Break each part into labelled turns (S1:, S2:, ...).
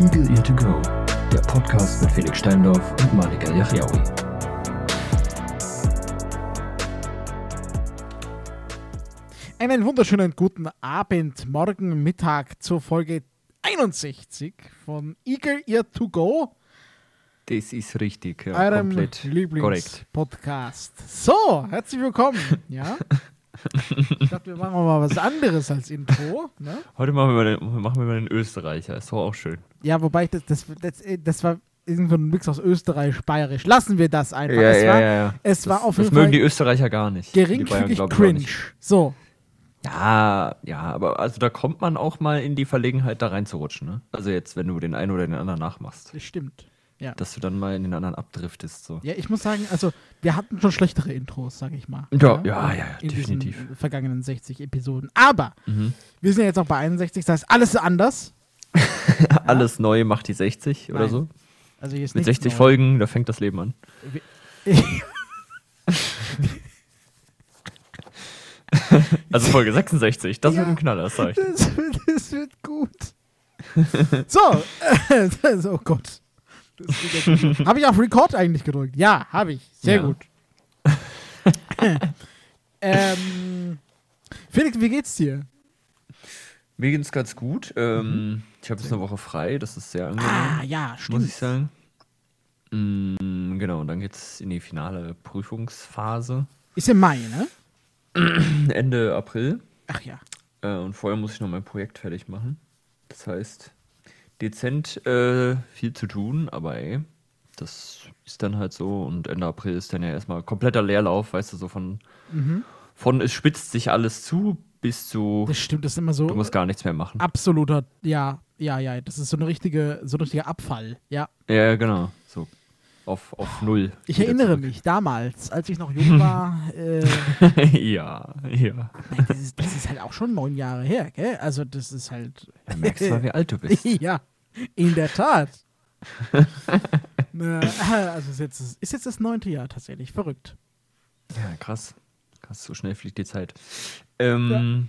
S1: Eagle Ear to Go, der Podcast mit Felix Steindorf und Malika Yachiaoui.
S2: Einen wunderschönen guten Abend, morgen Mittag zur Folge 61 von Eagle Ear to Go,
S3: Das ist richtig, ja,
S2: eurem
S3: komplett korrekt.
S2: Lieblingspodcast. So, herzlich willkommen. Ja. Ich dachte, wir machen mal was anderes als Intro. Ne?
S3: Heute machen wir, mal den, machen wir mal den Österreicher, ist doch auch schön.
S2: Ja, wobei ich das, das, das, äh, das war irgendwo ein Mix aus Österreich-Bayerisch. Lassen wir das einfach.
S3: Ja,
S2: es
S3: ja,
S2: war,
S3: ja, ja.
S2: Es war
S3: das
S2: auf
S3: das
S2: jeden
S3: mögen die
S2: Fall
S3: Österreicher gar nicht. Die Bayern
S2: geringfügig
S3: glauben ich auch
S2: cringe.
S3: nicht.
S2: So,
S3: Ja, ja, aber also da kommt man auch mal in die Verlegenheit, da reinzurutschen. Ne? Also jetzt, wenn du den einen oder den anderen nachmachst,
S2: das stimmt. Ja.
S3: dass du dann mal in den anderen abdriftest. So.
S2: Ja, ich muss sagen, also wir hatten schon schlechtere Intros, sag ich mal.
S3: Ja, ja, ja,
S2: in
S3: definitiv. Mhm.
S2: Diesen vergangenen 60 Episoden. Aber wir sind ja jetzt auch bei 61, das heißt, alles ist anders.
S3: Alles Neue macht die 60 oder
S2: Nein,
S3: so.
S2: Also hier ist
S3: Mit
S2: nichts
S3: 60
S2: neu.
S3: Folgen, da fängt das Leben an. Also Folge 66, das
S2: Ja.
S3: wird ein Knaller, das sag ich.
S2: Das wird, das wird gut. so, äh, das, oh Gott. Habe ich auf Record eigentlich gedrückt? Ja, habe ich. Sehr
S3: Ja.
S2: gut. ähm, Felix, wie geht's dir?
S3: Mir geht's ganz gut. Ähm, Ich habe jetzt eine Woche frei, das ist sehr angenehm,
S2: Ah, ja, stimmt.
S3: muss ich sagen. Mm, genau, und dann geht's in die finale Prüfungsphase.
S2: Ist im Mai, ne?
S3: Ende April.
S2: Ach ja.
S3: Äh, und vorher muss ich noch mein Projekt fertig machen. Das heißt, dezent äh, viel zu tun, aber ey, das ist dann halt so. Und Ende April ist dann ja erstmal kompletter Leerlauf, weißt du, so von, von es spitzt sich alles zu bis zu,
S2: Das stimmt, das ist immer so.
S3: du musst gar nichts mehr machen.
S2: absoluter, ja, ja, ja, das ist so eine richtige, so ein richtiger Abfall, ja.
S3: Ja, genau. So. Auf, auf null.
S2: Ich
S3: wieder
S2: erinnere
S3: zurück.
S2: mich damals, als ich noch
S3: Hm.
S2: jung war, äh,
S3: ja, ja.
S2: nein, das, ist, das ist halt auch schon neun Jahre her, gell? Also das ist halt,
S3: Da merkst du mal, wie alt du bist.
S2: ja, in der Tat. Na, also ist jetzt, das- ist jetzt das neunte Jahr tatsächlich, verrückt.
S3: Ja, krass. Krass, so schnell fliegt die Zeit. Ähm,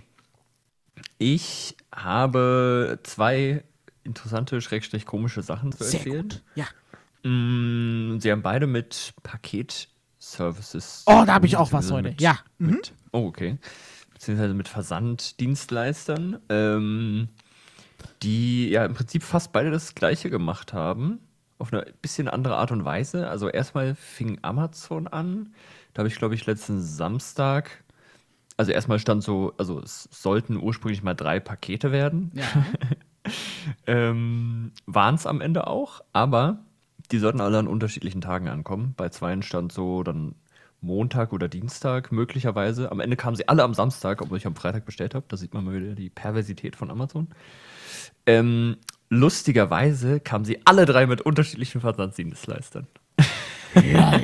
S3: Ich habe zwei interessante, schrägstrich komische Sachen zu
S2: Sehr
S3: erzählen.
S2: gut, ja.
S3: Mm, Sie haben beide mit Paketservices.
S2: Oh,
S3: zu
S2: da habe ich
S3: tun,
S2: auch was
S3: beziehungsweise
S2: heute,
S3: mit-
S2: ja. Mhm.
S3: Mit, oh, okay. Beziehungsweise mit Versanddienstleistern, ähm, die ja im Prinzip fast beide das Gleiche gemacht haben. Auf eine bisschen andere Art und Weise. Also erstmal fing Amazon an. Da habe ich, glaube ich, letzten Samstag. Also erstmal stand so, also es sollten ursprünglich mal drei Pakete werden.
S2: Ja,
S3: Ähm, Waren es am Ende auch, aber die sollten alle an unterschiedlichen Tagen ankommen. Bei zweien stand so dann Montag oder Dienstag möglicherweise. Am Ende kamen sie alle am Samstag, obwohl ich am Freitag bestellt habe. Da sieht man mal wieder die Perversität von Amazon. Ähm, lustigerweise kamen sie alle drei mit unterschiedlichen Versanddienstleistern. ja,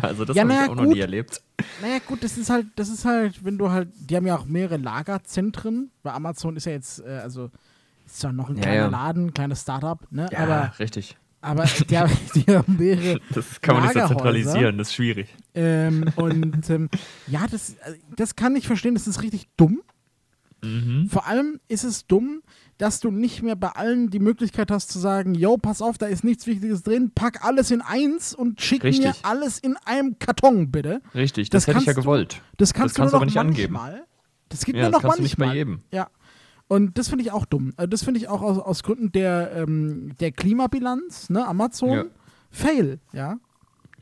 S3: also das
S2: Ja,
S3: habe
S2: na
S3: ich
S2: ja,
S3: auch noch nie
S2: gut.
S3: erlebt.
S2: naja gut, das ist halt, das ist halt, wenn du halt, die haben ja auch mehrere Lagerzentren, bei Amazon ist ja jetzt, äh, also ist zwar noch ein
S3: Ja,
S2: kleiner
S3: ja.
S2: Laden, kleines Startup, ne?
S3: Ja,
S2: aber
S3: richtig.
S2: Aber die haben, die haben mehrere.
S3: Das kann man nicht so
S2: Lagerhäuser.
S3: zentralisieren, das ist schwierig.
S2: Ähm, und ähm, ja, das, also, das kann ich verstehen, das ist richtig dumm.
S3: Mhm.
S2: Vor allem ist es dumm, dass du nicht mehr bei allen die Möglichkeit hast zu sagen, yo, pass auf, da ist nichts Wichtiges drin, pack alles in eins und schick mir
S3: Richtig.
S2: alles in einem Karton, bitte.
S3: Richtig,
S2: Das
S3: das, hätte ich ja
S2: kannst du-
S3: gewollt.
S2: Das kannst,
S3: Das kannst
S2: du
S3: du
S2: nur
S3: aber
S2: noch
S3: nicht angeben.
S2: manchmal. Das geht
S3: Ja,
S2: mir noch
S3: das kannst du
S2: manchmal.
S3: nicht bei jedem.
S2: Ja. Und das finde ich auch dumm. Also Das finde ich auch aus, aus Gründen der, ähm, der Klimabilanz, ne, Amazon.
S3: Ja.
S2: Fail, ja.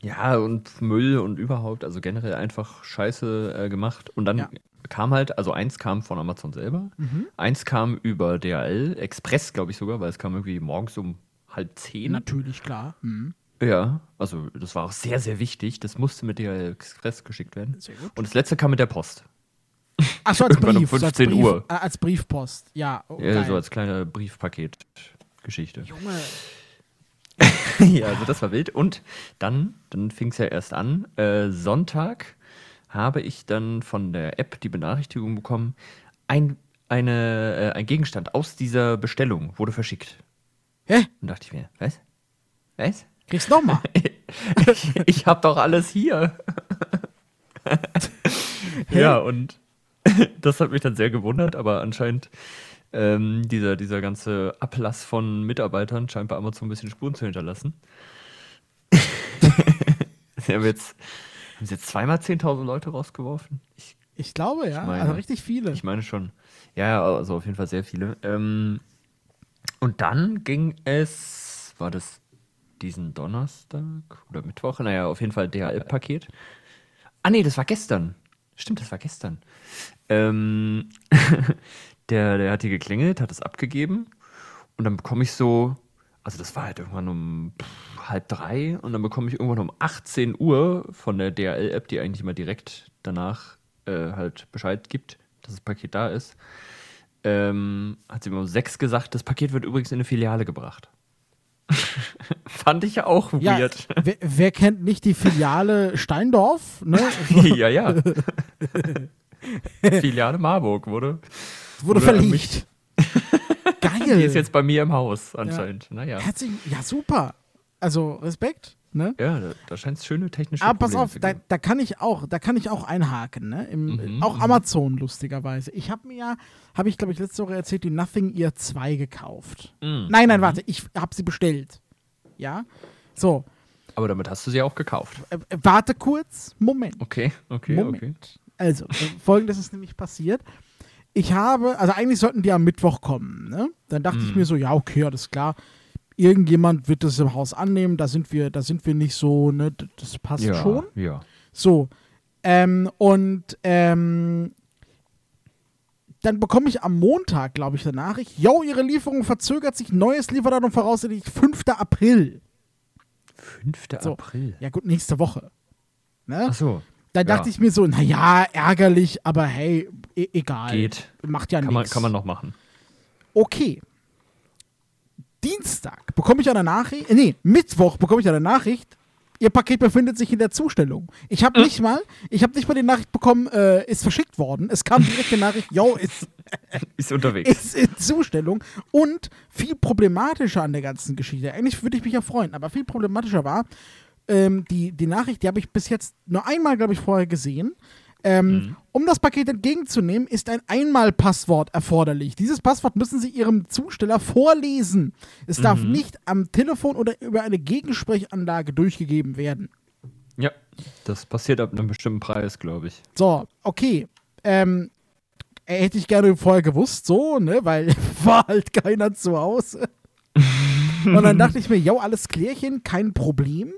S3: Ja, und Müll und überhaupt, also generell einfach scheiße äh, gemacht. Und dann
S2: Ja. Mhm.
S3: kam halt, also eins kam von Amazon selber, eins kam über DHL, Express glaube ich sogar, weil es kam irgendwie morgens um halb zehn.
S2: Natürlich, klar. Hm.
S3: ja, also das war auch sehr, sehr wichtig. Das musste mit DHL Express geschickt werden.
S2: Sehr gut.
S3: Und das letzte kam mit der Post.
S2: Ach so, als
S3: Irgendwann um
S2: Brief. so als
S3: 15
S2: Brief,
S3: Uhr.
S2: Äh, als Briefpost, ja. Oh,
S3: Ja,
S2: geil.
S3: so als kleine Briefpaket-Geschichte.
S2: Junge,
S3: ja, also das war wild. Und dann, dann fing es ja erst an. Äh, Sonntag habe ich dann von der App die Benachrichtigung bekommen, ein, eine, äh, ein Gegenstand aus dieser Bestellung wurde verschickt.
S2: Hä?
S3: Und dachte ich mir, was? Was?
S2: kriegst nochmal.
S3: ich, ich habe doch alles hier. ja, und das hat mich dann sehr gewundert, aber anscheinend ähm, dieser, dieser ganze Ablass von Mitarbeitern scheint bei Amazon ein bisschen Spuren zu hinterlassen. Sie haben, jetzt, haben sie jetzt zweimal 10.000 Leute rausgeworfen? Ich,
S2: Ich glaube, ja.
S3: Ich meine-
S2: also richtig viele.
S3: ich meine schon. Ja, ja, also auf jeden Fall sehr viele. Ähm, und dann ging es, war das diesen Donnerstag oder Mittwoch? Naja, auf jeden Fall DHL-Paket. Ah, nee, das war gestern. Stimmt, das war gestern. Ähm, der, der hat hier geklingelt, hat es abgegeben. Und dann bekomme ich so, also das war halt irgendwann um pff, halb drei. Und dann bekomme ich irgendwann um 18 Uhr von der DHL-App, die eigentlich immer direkt danach äh, halt Bescheid gibt, dass das Paket da ist. Ähm, hat sie mir um sechs gesagt, das Paket wird übrigens in eine Filiale gebracht. Fand ich ja auch
S2: Ja,
S3: weird.
S2: wer, wer kennt nicht die Filiale Steindorf? Ne?
S3: ja, ja. Filiale Marburg wurde.
S2: Es wurde
S3: Oder an
S2: verlegt. Geil.
S3: Die ist jetzt bei mir im Haus anscheinend. ne? Naja.
S2: Herzlichen, ja, super. Also Respekt, ne?
S3: Ja, da, da scheint es schöne technische
S2: Aber pass
S3: Probleme
S2: auf,
S3: zu
S2: da,
S3: geben.
S2: da kann ich auch, da kann ich auch einhaken, ne? Im,
S3: Mhm,
S2: Auch
S3: mhm.
S2: Amazon lustigerweise. Ich habe mir ja, habe ich glaube ich letzte Woche erzählt, die Nothing Ear 2 gekauft.
S3: Mhm.
S2: Nein, nein, warte, ich habe sie bestellt. Ja? So,
S3: Aber damit hast du sie auch gekauft.
S2: äh, äh, warte kurz, Moment.
S3: Okay, okay, okay.
S2: Moment. Also, äh, folgendes ist nämlich passiert. Ich habe, also eigentlich sollten die am Mittwoch kommen, ne? Dann dachte
S3: Mhm.
S2: ich mir so, ja, okay, alles klar. Irgendjemand wird das im Haus annehmen, da sind wir, da sind wir nicht so, ne, d- das passt
S3: ja,
S2: schon.
S3: Ja.
S2: So. Ähm, und ähm, dann bekomme ich am Montag, glaube ich, eine Nachricht, yo, ihre Lieferung verzögert sich, neues Lieferdatum voraussichtlich 5. April.
S3: 5.
S2: So.
S3: April.
S2: Ja gut, nächste Woche. Ne?
S3: Ach so.
S2: Da dachte ich mir so, naja, ärgerlich, aber hey, e egal.
S3: Geht.
S2: Macht ja
S3: Kann man,
S2: nichts.
S3: kann man noch machen.
S2: Okay. Dienstag bekomme ich eine Nachricht, äh, nee, Mittwoch bekomme ich eine Nachricht, ihr Paket befindet sich in der Zustellung. Ich habe nicht mal, ich habe nicht mal die Nachricht bekommen, äh, ist verschickt worden. Es kam direkt die Nachricht, yo, ist,
S3: Ist unterwegs.
S2: ist in Zustellung. Und viel problematischer an der ganzen Geschichte, eigentlich würde ich mich ja freuen, aber viel problematischer war, ähm, die, die Nachricht, die habe ich bis jetzt nur einmal, glaube ich, vorher gesehen. Ähm, Um das Paket entgegenzunehmen, ist ein Einmalpasswort erforderlich. Dieses Passwort müssen Sie Ihrem Zusteller vorlesen. Es darf nicht am Telefon oder über eine Gegensprechanlage durchgegeben werden.
S3: ja. Das passiert ab einem bestimmten Preis, glaube ich.
S2: So, okay. Ähm, äh, hätte ich gerne vorher gewusst, so, ne, weil war halt keiner zu Hause. Und
S3: Mhm.
S2: dann dachte ich mir, ja, alles klärchen, kein Problem.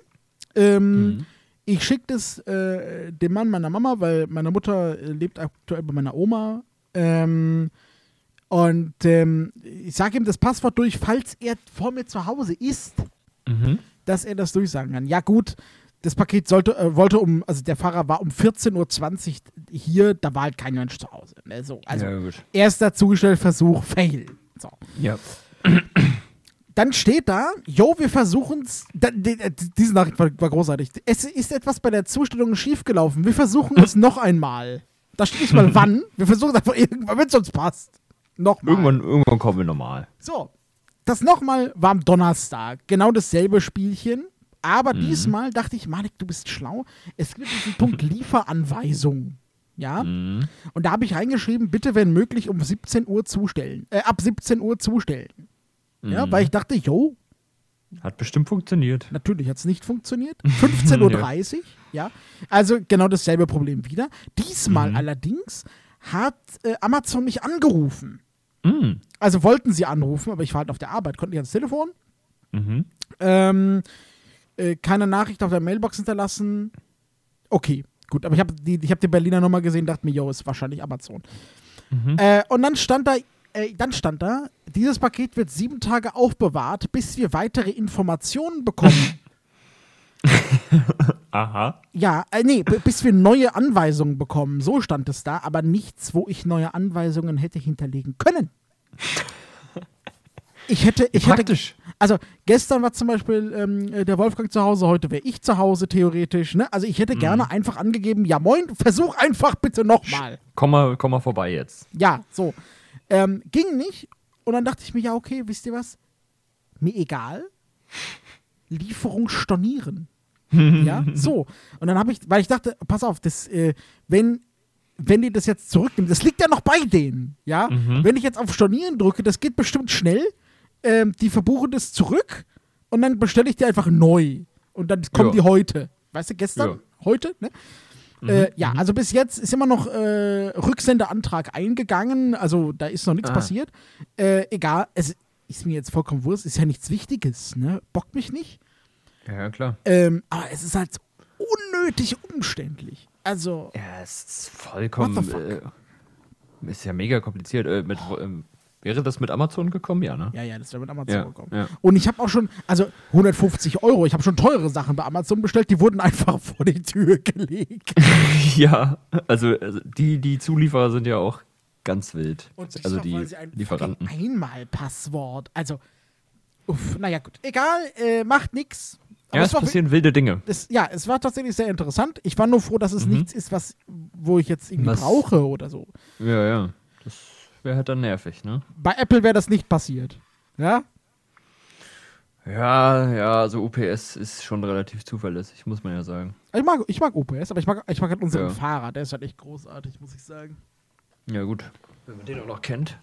S2: Ähm,
S3: Mhm.
S2: Ich schicke das äh, dem Mann meiner Mama, weil meine Mutter äh, lebt aktuell bei meiner Oma. Ähm, und ähm, ich sage ihm das Passwort durch, falls er vor mir zu Hause ist
S3: Mhm.
S2: dass er das durchsagen kann. Ja, gut, das Paket sollte, äh, wollte um, also der Fahrer war um 14.20 Uhr hier, da war halt kein Mensch zu Hause. Ne? So, also
S3: ja, gut.
S2: erster zugestellter Versuch, fail. So.
S3: Ja.
S2: Dann steht da, jo, wir versuchen's. Da, die, äh, diese Nachricht war, war großartig. Es ist etwas bei der Zustellung schiefgelaufen. Wir versuchen es noch einmal. Da steht nicht mal wann. Wir versuchen es einfach irgendwann, wenn es uns passt. Nochmal.
S3: Irgendwann, irgendwann kommen wir normal.
S2: So, das nochmal war am Donnerstag. Genau dasselbe Spielchen. Aber diesmal dachte ich, Malik, du bist schlau. Es gibt diesen Punkt Lieferanweisung. Ja, und da habe ich reingeschrieben, bitte, wenn möglich, um 17 Uhr zustellen. Äh, ab 17 Uhr zustellen. Ja, weil ich dachte, jo,
S3: Hat bestimmt funktioniert.
S2: natürlich hat es nicht funktioniert. 15.30 Uhr, ja. Also genau dasselbe Problem wieder. Diesmal
S3: Mhm.
S2: allerdings hat äh, Amazon mich angerufen.
S3: Mhm.
S2: Also wollten sie anrufen, aber ich war halt auf der Arbeit, konnte nicht ans Telefon.
S3: Mhm.
S2: Ähm, äh, keine Nachricht auf der Mailbox hinterlassen. Okay, gut. Aber ich habe die, ich hab die Berliner Nummer gesehen, dachte mir, yo, ist wahrscheinlich Amazon.
S3: Mhm.
S2: Äh, und dann stand da, äh, dann stand da, dieses Paket wird sieben Tage aufbewahrt, bis wir weitere Informationen bekommen.
S3: Aha.
S2: ja, äh, nee, b- bis wir neue Anweisungen bekommen. So stand es da, aber nichts, wo ich neue Anweisungen hätte hinterlegen können. Ich hätte, ich hätte
S3: Praktisch.
S2: Also gestern war zum Beispiel ähm, äh, der Wolfgang zu Hause, heute wäre ich zu Hause theoretisch. Ne? Also ich hätte gerne einfach angegeben, ja moin, versuch einfach bitte nochmal.
S3: Komm mal, komm mal vorbei jetzt.
S2: Ja, so. Ähm, ging nicht. Und dann dachte ich mir, ja okay, wisst ihr was? Mir egal. Lieferung stornieren. ja, so. Und dann habe ich, weil ich dachte, pass auf, das, äh, wenn wenn die das jetzt zurücknehmen, das liegt ja noch bei denen, ja.
S3: Mhm.
S2: Wenn ich jetzt auf Stornieren drücke, das geht bestimmt schnell. Ähm, die verbuchen das zurück und dann bestelle ich die einfach neu. Und dann kommen
S3: Ja.
S2: die heute. Weißt du, gestern,
S3: Ja.
S2: heute, ne?
S3: Mhm.
S2: Äh, ja, also bis jetzt ist immer noch äh, Rücksendeantrag eingegangen, also da ist noch nichts
S3: Ah.
S2: passiert. Äh, egal, es ist mir jetzt vollkommen Wurst, ist ja nichts Wichtiges, ne? Bockt mich nicht.
S3: Ja, ja, klar.
S2: Ähm, aber es ist halt unnötig umständlich. Also,
S3: Ja, es ist vollkommen.
S2: What the fuck?
S3: Äh, ist ja mega kompliziert. Äh, mit, ähm, wäre das mit Amazon gekommen? Ja, ne?
S2: ja, ja, das wäre mit Amazon
S3: Ja,
S2: gekommen.
S3: ja.
S2: Und ich habe auch schon, also 150 Euro, ich habe schon teure Sachen bei Amazon bestellt, die wurden einfach vor die Tür gelegt.
S3: Ja, also, also die, die Zulieferer sind ja auch ganz wild.
S2: ich
S3: also
S2: sag,
S3: die
S2: weil sie ein
S3: Lieferanten.
S2: fucking Einmal-Passwort. Also, uff, naja, gut. Egal, äh, macht nix. Aber
S3: Ja, es
S2: war-
S3: passieren wilde Dinge.
S2: es- ja, es war tatsächlich sehr interessant. Ich war nur froh, dass es nichts ist, was, wo ich jetzt irgendwie
S3: Mhm. Was-
S2: brauche oder so.
S3: Ja, ja. Das wäre halt dann nervig, ne?
S2: Bei Apple wäre das nicht passiert. Ja?
S3: Ja, ja, also UPS ist schon relativ zuverlässig, muss man ja sagen.
S2: Ich mag, ich mag OPS, aber ich mag, ich mag halt unseren
S3: Ja.
S2: Fahrer. Der ist halt echt großartig, muss ich sagen.
S3: Ja, gut. Wenn man den auch noch kennt,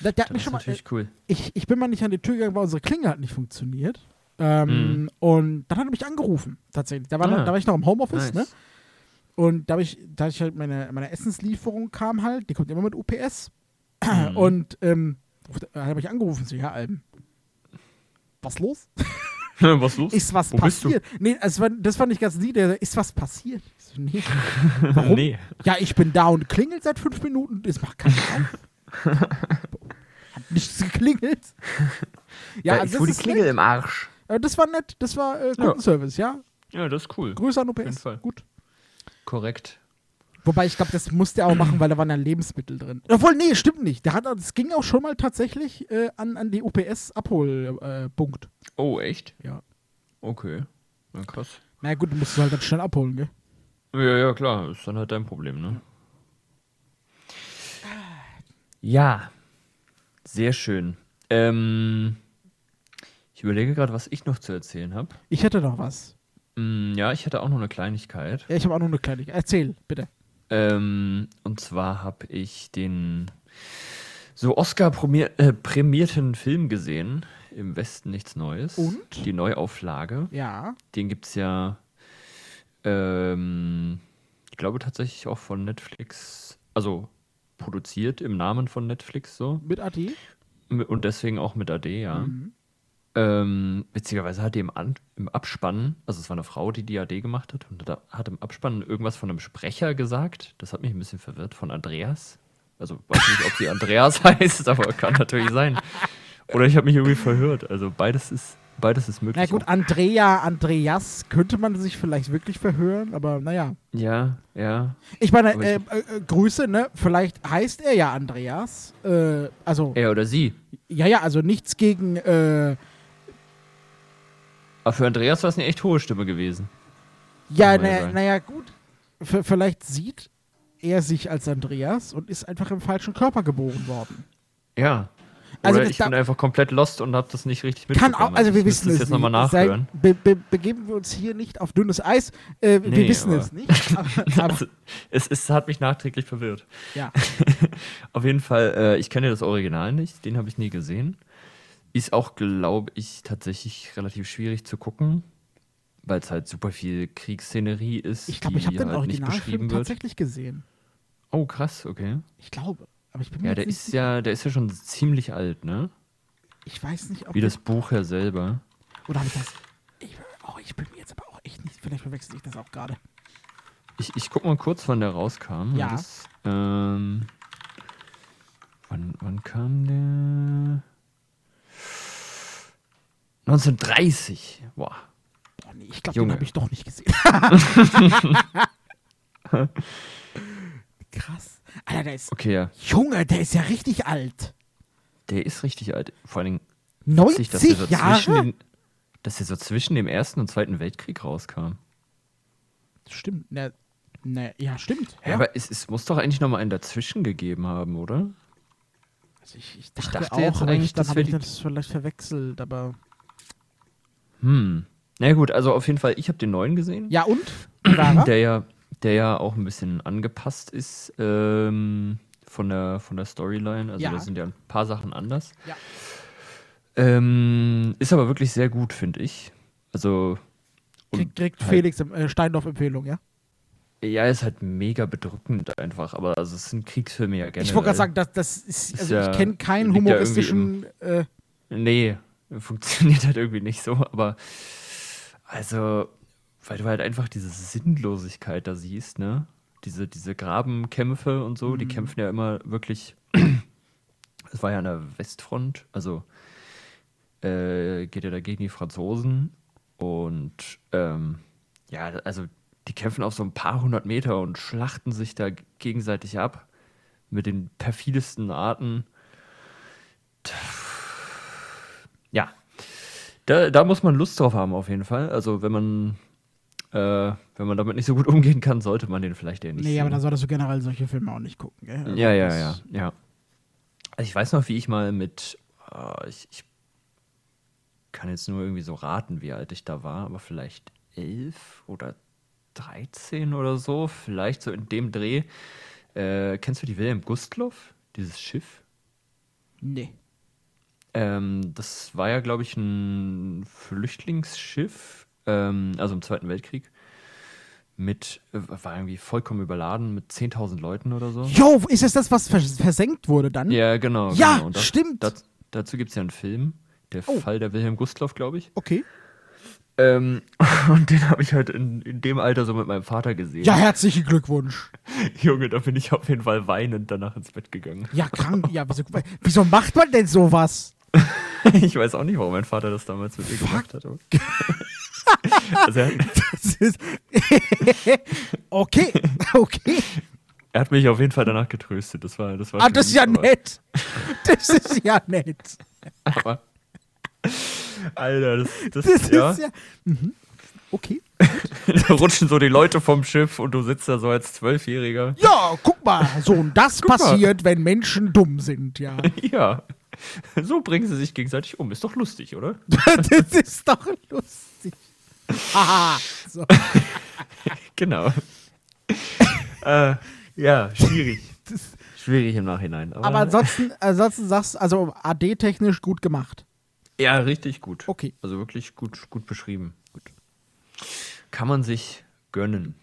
S2: Der, der hat
S3: dann
S2: mich
S3: ist
S2: schon mal, äh,
S3: natürlich cool.
S2: ich, ich bin mal nicht an die Tür gegangen, weil unsere Klinge hat nicht funktioniert. Ähm, Und dann hat er mich angerufen, tatsächlich. Da war,
S3: Mhm. Ah.
S2: da war ich noch im Homeoffice,
S3: Nice.
S2: ne? Und da habe ich, da ich halt meine, meine Essenslieferung kam halt, die kommt immer mit UPS.
S3: Mhm.
S2: Und ähm, ruft- hat er mich angerufen, so, ja, Alben. Was los? ne?
S3: was los?
S2: Ist was
S3: Wo bist du?
S2: passiert? Nee, also, war- das fand ich ganz niedlich. Der so, Ist was passiert? Ich so, nee. Warum?
S3: Nee.
S2: Ja, ich bin da und klingelt seit fünf Minuten. Das macht keinen Sinn. Hat nichts geklingelt. Ja, also das, ist nett.
S3: im Arsch.
S2: Äh, das war nett. Das war äh, Kundenservice, ja.
S3: Ja, das ist cool.
S2: Grüße an OPS.
S3: jeden Fall.
S2: Gut.
S3: Korrekt.
S2: Wobei, ich glaube, das musste er auch machen, weil da waren ja Lebensmittel drin. Obwohl, nee, stimmt nicht. Der hat, das ging auch schon mal tatsächlich äh, an, an die UPS-Abholpunkt. Äh, Punkt.
S3: Oh, echt?
S2: ja.
S3: Okay. Na, krass.
S2: Na gut, du musst es halt dann schnell abholen, gell?
S3: Ja, ja, klar. Ist dann halt dein Problem, ne? Ja. Sehr schön. Ähm, ich überlege gerade, was ich noch zu erzählen habe.
S2: Ich hätte noch was.
S3: Mm, ja, ich hätte auch noch eine Kleinigkeit.
S2: Ja, ich habe auch noch eine Kleinigkeit. Erzähl, bitte.
S3: Ähm, und zwar habe ich den so Oscar-prämierten Film gesehen. Im Westen nichts Neues.
S2: Und?
S3: Die Neuauflage.
S2: Ja.
S3: Den gibt es ja, ähm, ich glaube tatsächlich auch von Netflix, also produziert im Namen von Netflix so.
S2: Mit AD?
S3: Und deswegen auch mit AD, ja.
S2: Mhm.
S3: Ähm, witzigerweise hat die im, An im Abspann, also es war eine Frau, die die AD gemacht hat, und da hat im Abspann irgendwas von einem Sprecher gesagt. Das hat mich ein bisschen verwirrt, von Andreas. Also weiß nicht, ob sie Andreas heißt, aber kann natürlich sein. Oder ich habe mich irgendwie verhört. Also beides ist, beides ist
S2: Na
S3: möglich.
S2: gut, Andrea, Andreas könnte man sich vielleicht wirklich verhören, aber naja.
S3: Ja, ja.
S2: Ich meine,
S3: Aber
S2: äh, äh, äh, Grüße, ne? Vielleicht heißt er ja Andreas. Äh, also,
S3: Er oder sie.
S2: ja, ja, also nichts gegen, äh,
S3: Aber für Andreas war es eine echt hohe Stimme gewesen.
S2: ja,
S3: Kann man ja
S2: naja,
S3: sagen.
S2: naja, gut. V vielleicht sieht er sich als Andreas und ist einfach im falschen Körper geboren worden.
S3: Ja.
S2: Also
S3: Also Oder
S2: das
S3: ich
S2: da-
S3: bin einfach komplett lost und habe das nicht richtig
S2: Kann
S3: mitbekommen.
S2: auch, also wir
S3: ich müsste
S2: wissen es
S3: das jetzt
S2: nicht.
S3: nochmal
S2: Sei-
S3: nachhören.
S2: Be be begeben wir uns hier nicht auf dünnes Eis. Äh, wir
S3: Nee,
S2: wissen
S3: aber-
S2: es nicht. Aber, aber,
S3: Also, es, es hat mich nachträglich verwirrt.
S2: ja.
S3: Auf jeden Fall, äh, ich kenne das Original nicht, den habe ich nie gesehen. Ist auch, glaube ich, tatsächlich relativ schwierig zu gucken, weil es halt super viel Kriegsszenerie ist,
S2: Ich glaube, ich habe
S3: die
S2: den
S3: halt nicht
S2: Originalfilm
S3: beschrieben wird.
S2: tatsächlich gesehen.
S3: Oh, krass, okay.
S2: Ich glaube. Aber ich bin mir
S3: Ja,
S2: jetzt
S3: der
S2: nicht
S3: ist ja, der ist ja schon ziemlich alt, ne?
S2: Ich weiß nicht, ob
S3: Wie das Buch ja selber.
S2: das- Oder habe ich das. Ich, oh, ich bin mir jetzt aber auch echt nicht. Vielleicht verwechsel ich das auch gerade.
S3: Ich, ich guck mal kurz, wann der rauskam.
S2: Ja.
S3: Das, ähm, wann, wann kam der? 1930. Boah.
S2: Boah, Oh, nee, ich glaube, den
S3: Junge.
S2: habe ich doch nicht gesehen. Krass. Alter, der ist.
S3: Okay, ja.
S2: Junge, der ist ja richtig alt.
S3: Der ist richtig alt. Vor allen Dingen, witzig,
S2: 90
S3: dass der so, zwischen
S2: Jahre?
S3: den, dass der so zwischen dem Ersten und Zweiten Weltkrieg rauskam.
S2: Stimmt. Ne, ne, ja, stimmt.
S3: Ja, aber es, es muss doch eigentlich noch mal einen dazwischen gegeben haben, oder?
S2: also ich, ich dachte,
S3: dachte
S2: auch,
S3: jetzt
S2: aber
S3: eigentlich,
S2: ich, dann
S3: das
S2: habe ich
S3: wär die-
S2: das vielleicht verwechselt, aber.
S3: Hm. Na gut, also auf jeden Fall, ich habe den neuen gesehen.
S2: Ja, und? Wie war er?
S3: Der ja, der ja auch ein bisschen angepasst ist ähm, von, der, von der Storyline. Also
S2: Ja.
S3: da sind ja ein paar Sachen anders.
S2: Ja.
S3: Ähm, ist aber wirklich sehr gut, finde ich. Also
S2: Kriegt direkt
S3: halt-
S2: Felix im- äh, Steindorf-Empfehlung, ja?
S3: ja, ist halt mega bedrückend einfach. Aber also, es sind Kriegsfilme ja generell.
S2: Ich wollte gerade sagen, das, das ist,
S3: Ist
S2: also
S3: ja-
S2: ich kenne keinen
S3: liegt ja
S2: humoristischen, äh,
S3: Nee, funktioniert halt irgendwie nicht so, aber also, weil du halt einfach diese Sinnlosigkeit da siehst, ne? Diese, diese Grabenkämpfe und so,
S2: Mhm.
S3: die kämpfen ja immer wirklich. Es war ja an der Westfront, also äh, geht ja dagegen die Franzosen und ähm, ja, also die kämpfen auf so ein paar hundert Meter und schlachten sich da gegenseitig ab mit den perfidesten Arten. Ja. Da, da muss man Lust drauf haben, auf jeden Fall. Also, wenn man, äh, wenn man damit nicht so gut umgehen kann, sollte man den vielleicht eher nicht.
S2: nee, aber
S3: sehen.
S2: da solltest du generell solche Filme auch nicht gucken, gell? Also
S3: Ja, ja,
S2: das-
S3: ja, ja. Also ich weiß noch, wie ich mal mit, äh, ich, ich kann jetzt nur irgendwie so raten, wie alt ich da war, aber vielleicht elf oder 13 oder so, vielleicht so in dem Dreh. Äh, kennst du die Wilhelm Gustloff, dieses Schiff?
S2: Nee.
S3: Ähm, das war ja, glaube ich, ein Flüchtlingsschiff, ähm, also im Zweiten Weltkrieg. Mit, äh, war irgendwie vollkommen überladen mit 10.000 Leuten oder so.
S2: Jo, ist das das, was vers versenkt wurde dann?
S3: Ja, genau.
S2: Ja,
S3: genau. Und
S2: stimmt.
S3: daz- dazu gibt es ja einen Film, der
S2: Oh.
S3: Fall der Wilhelm Gustloff, glaube ich.
S2: Okay.
S3: Ähm, und den habe ich halt in, in dem Alter so mit meinem Vater gesehen.
S2: Ja, herzlichen Glückwunsch.
S3: Junge, da bin ich auf jeden Fall weinend danach ins Bett gegangen.
S2: Ja, krank. Ja, wieso, wieso macht man denn sowas?
S3: Ich weiß auch nicht, warum mein Vater das damals mit mir gemacht hat. aber- also er,
S2: Das ist. okay, okay.
S3: er hat mich auf jeden Fall danach getröstet. Das war, das war
S2: Ah,
S3: schon
S2: das ist
S3: lieb,
S2: ja
S3: aber-
S2: nett. Das ist ja nett.
S3: Aber, Alter, das, das,
S2: Das
S3: ja,
S2: ist ja. Mhm. Okay.
S3: da rutschen so die Leute vom Schiff und du sitzt da so als Zwölfjähriger.
S2: Ja, guck mal, Sohn, das
S3: mal.
S2: passiert, wenn Menschen dumm sind, ja.
S3: Ja. So bringen sie sich gegenseitig um. Ist doch lustig, oder?
S2: das ist doch lustig. Haha. So.
S3: Genau. äh, ja, schwierig. schwierig im Nachhinein. Aber,
S2: Aber ansonsten, ansonsten sagst du, also AD-technisch gut gemacht.
S3: ja, richtig gut.
S2: Okay.
S3: Also wirklich gut, gut beschrieben. Gut. Kann man sich gönnen.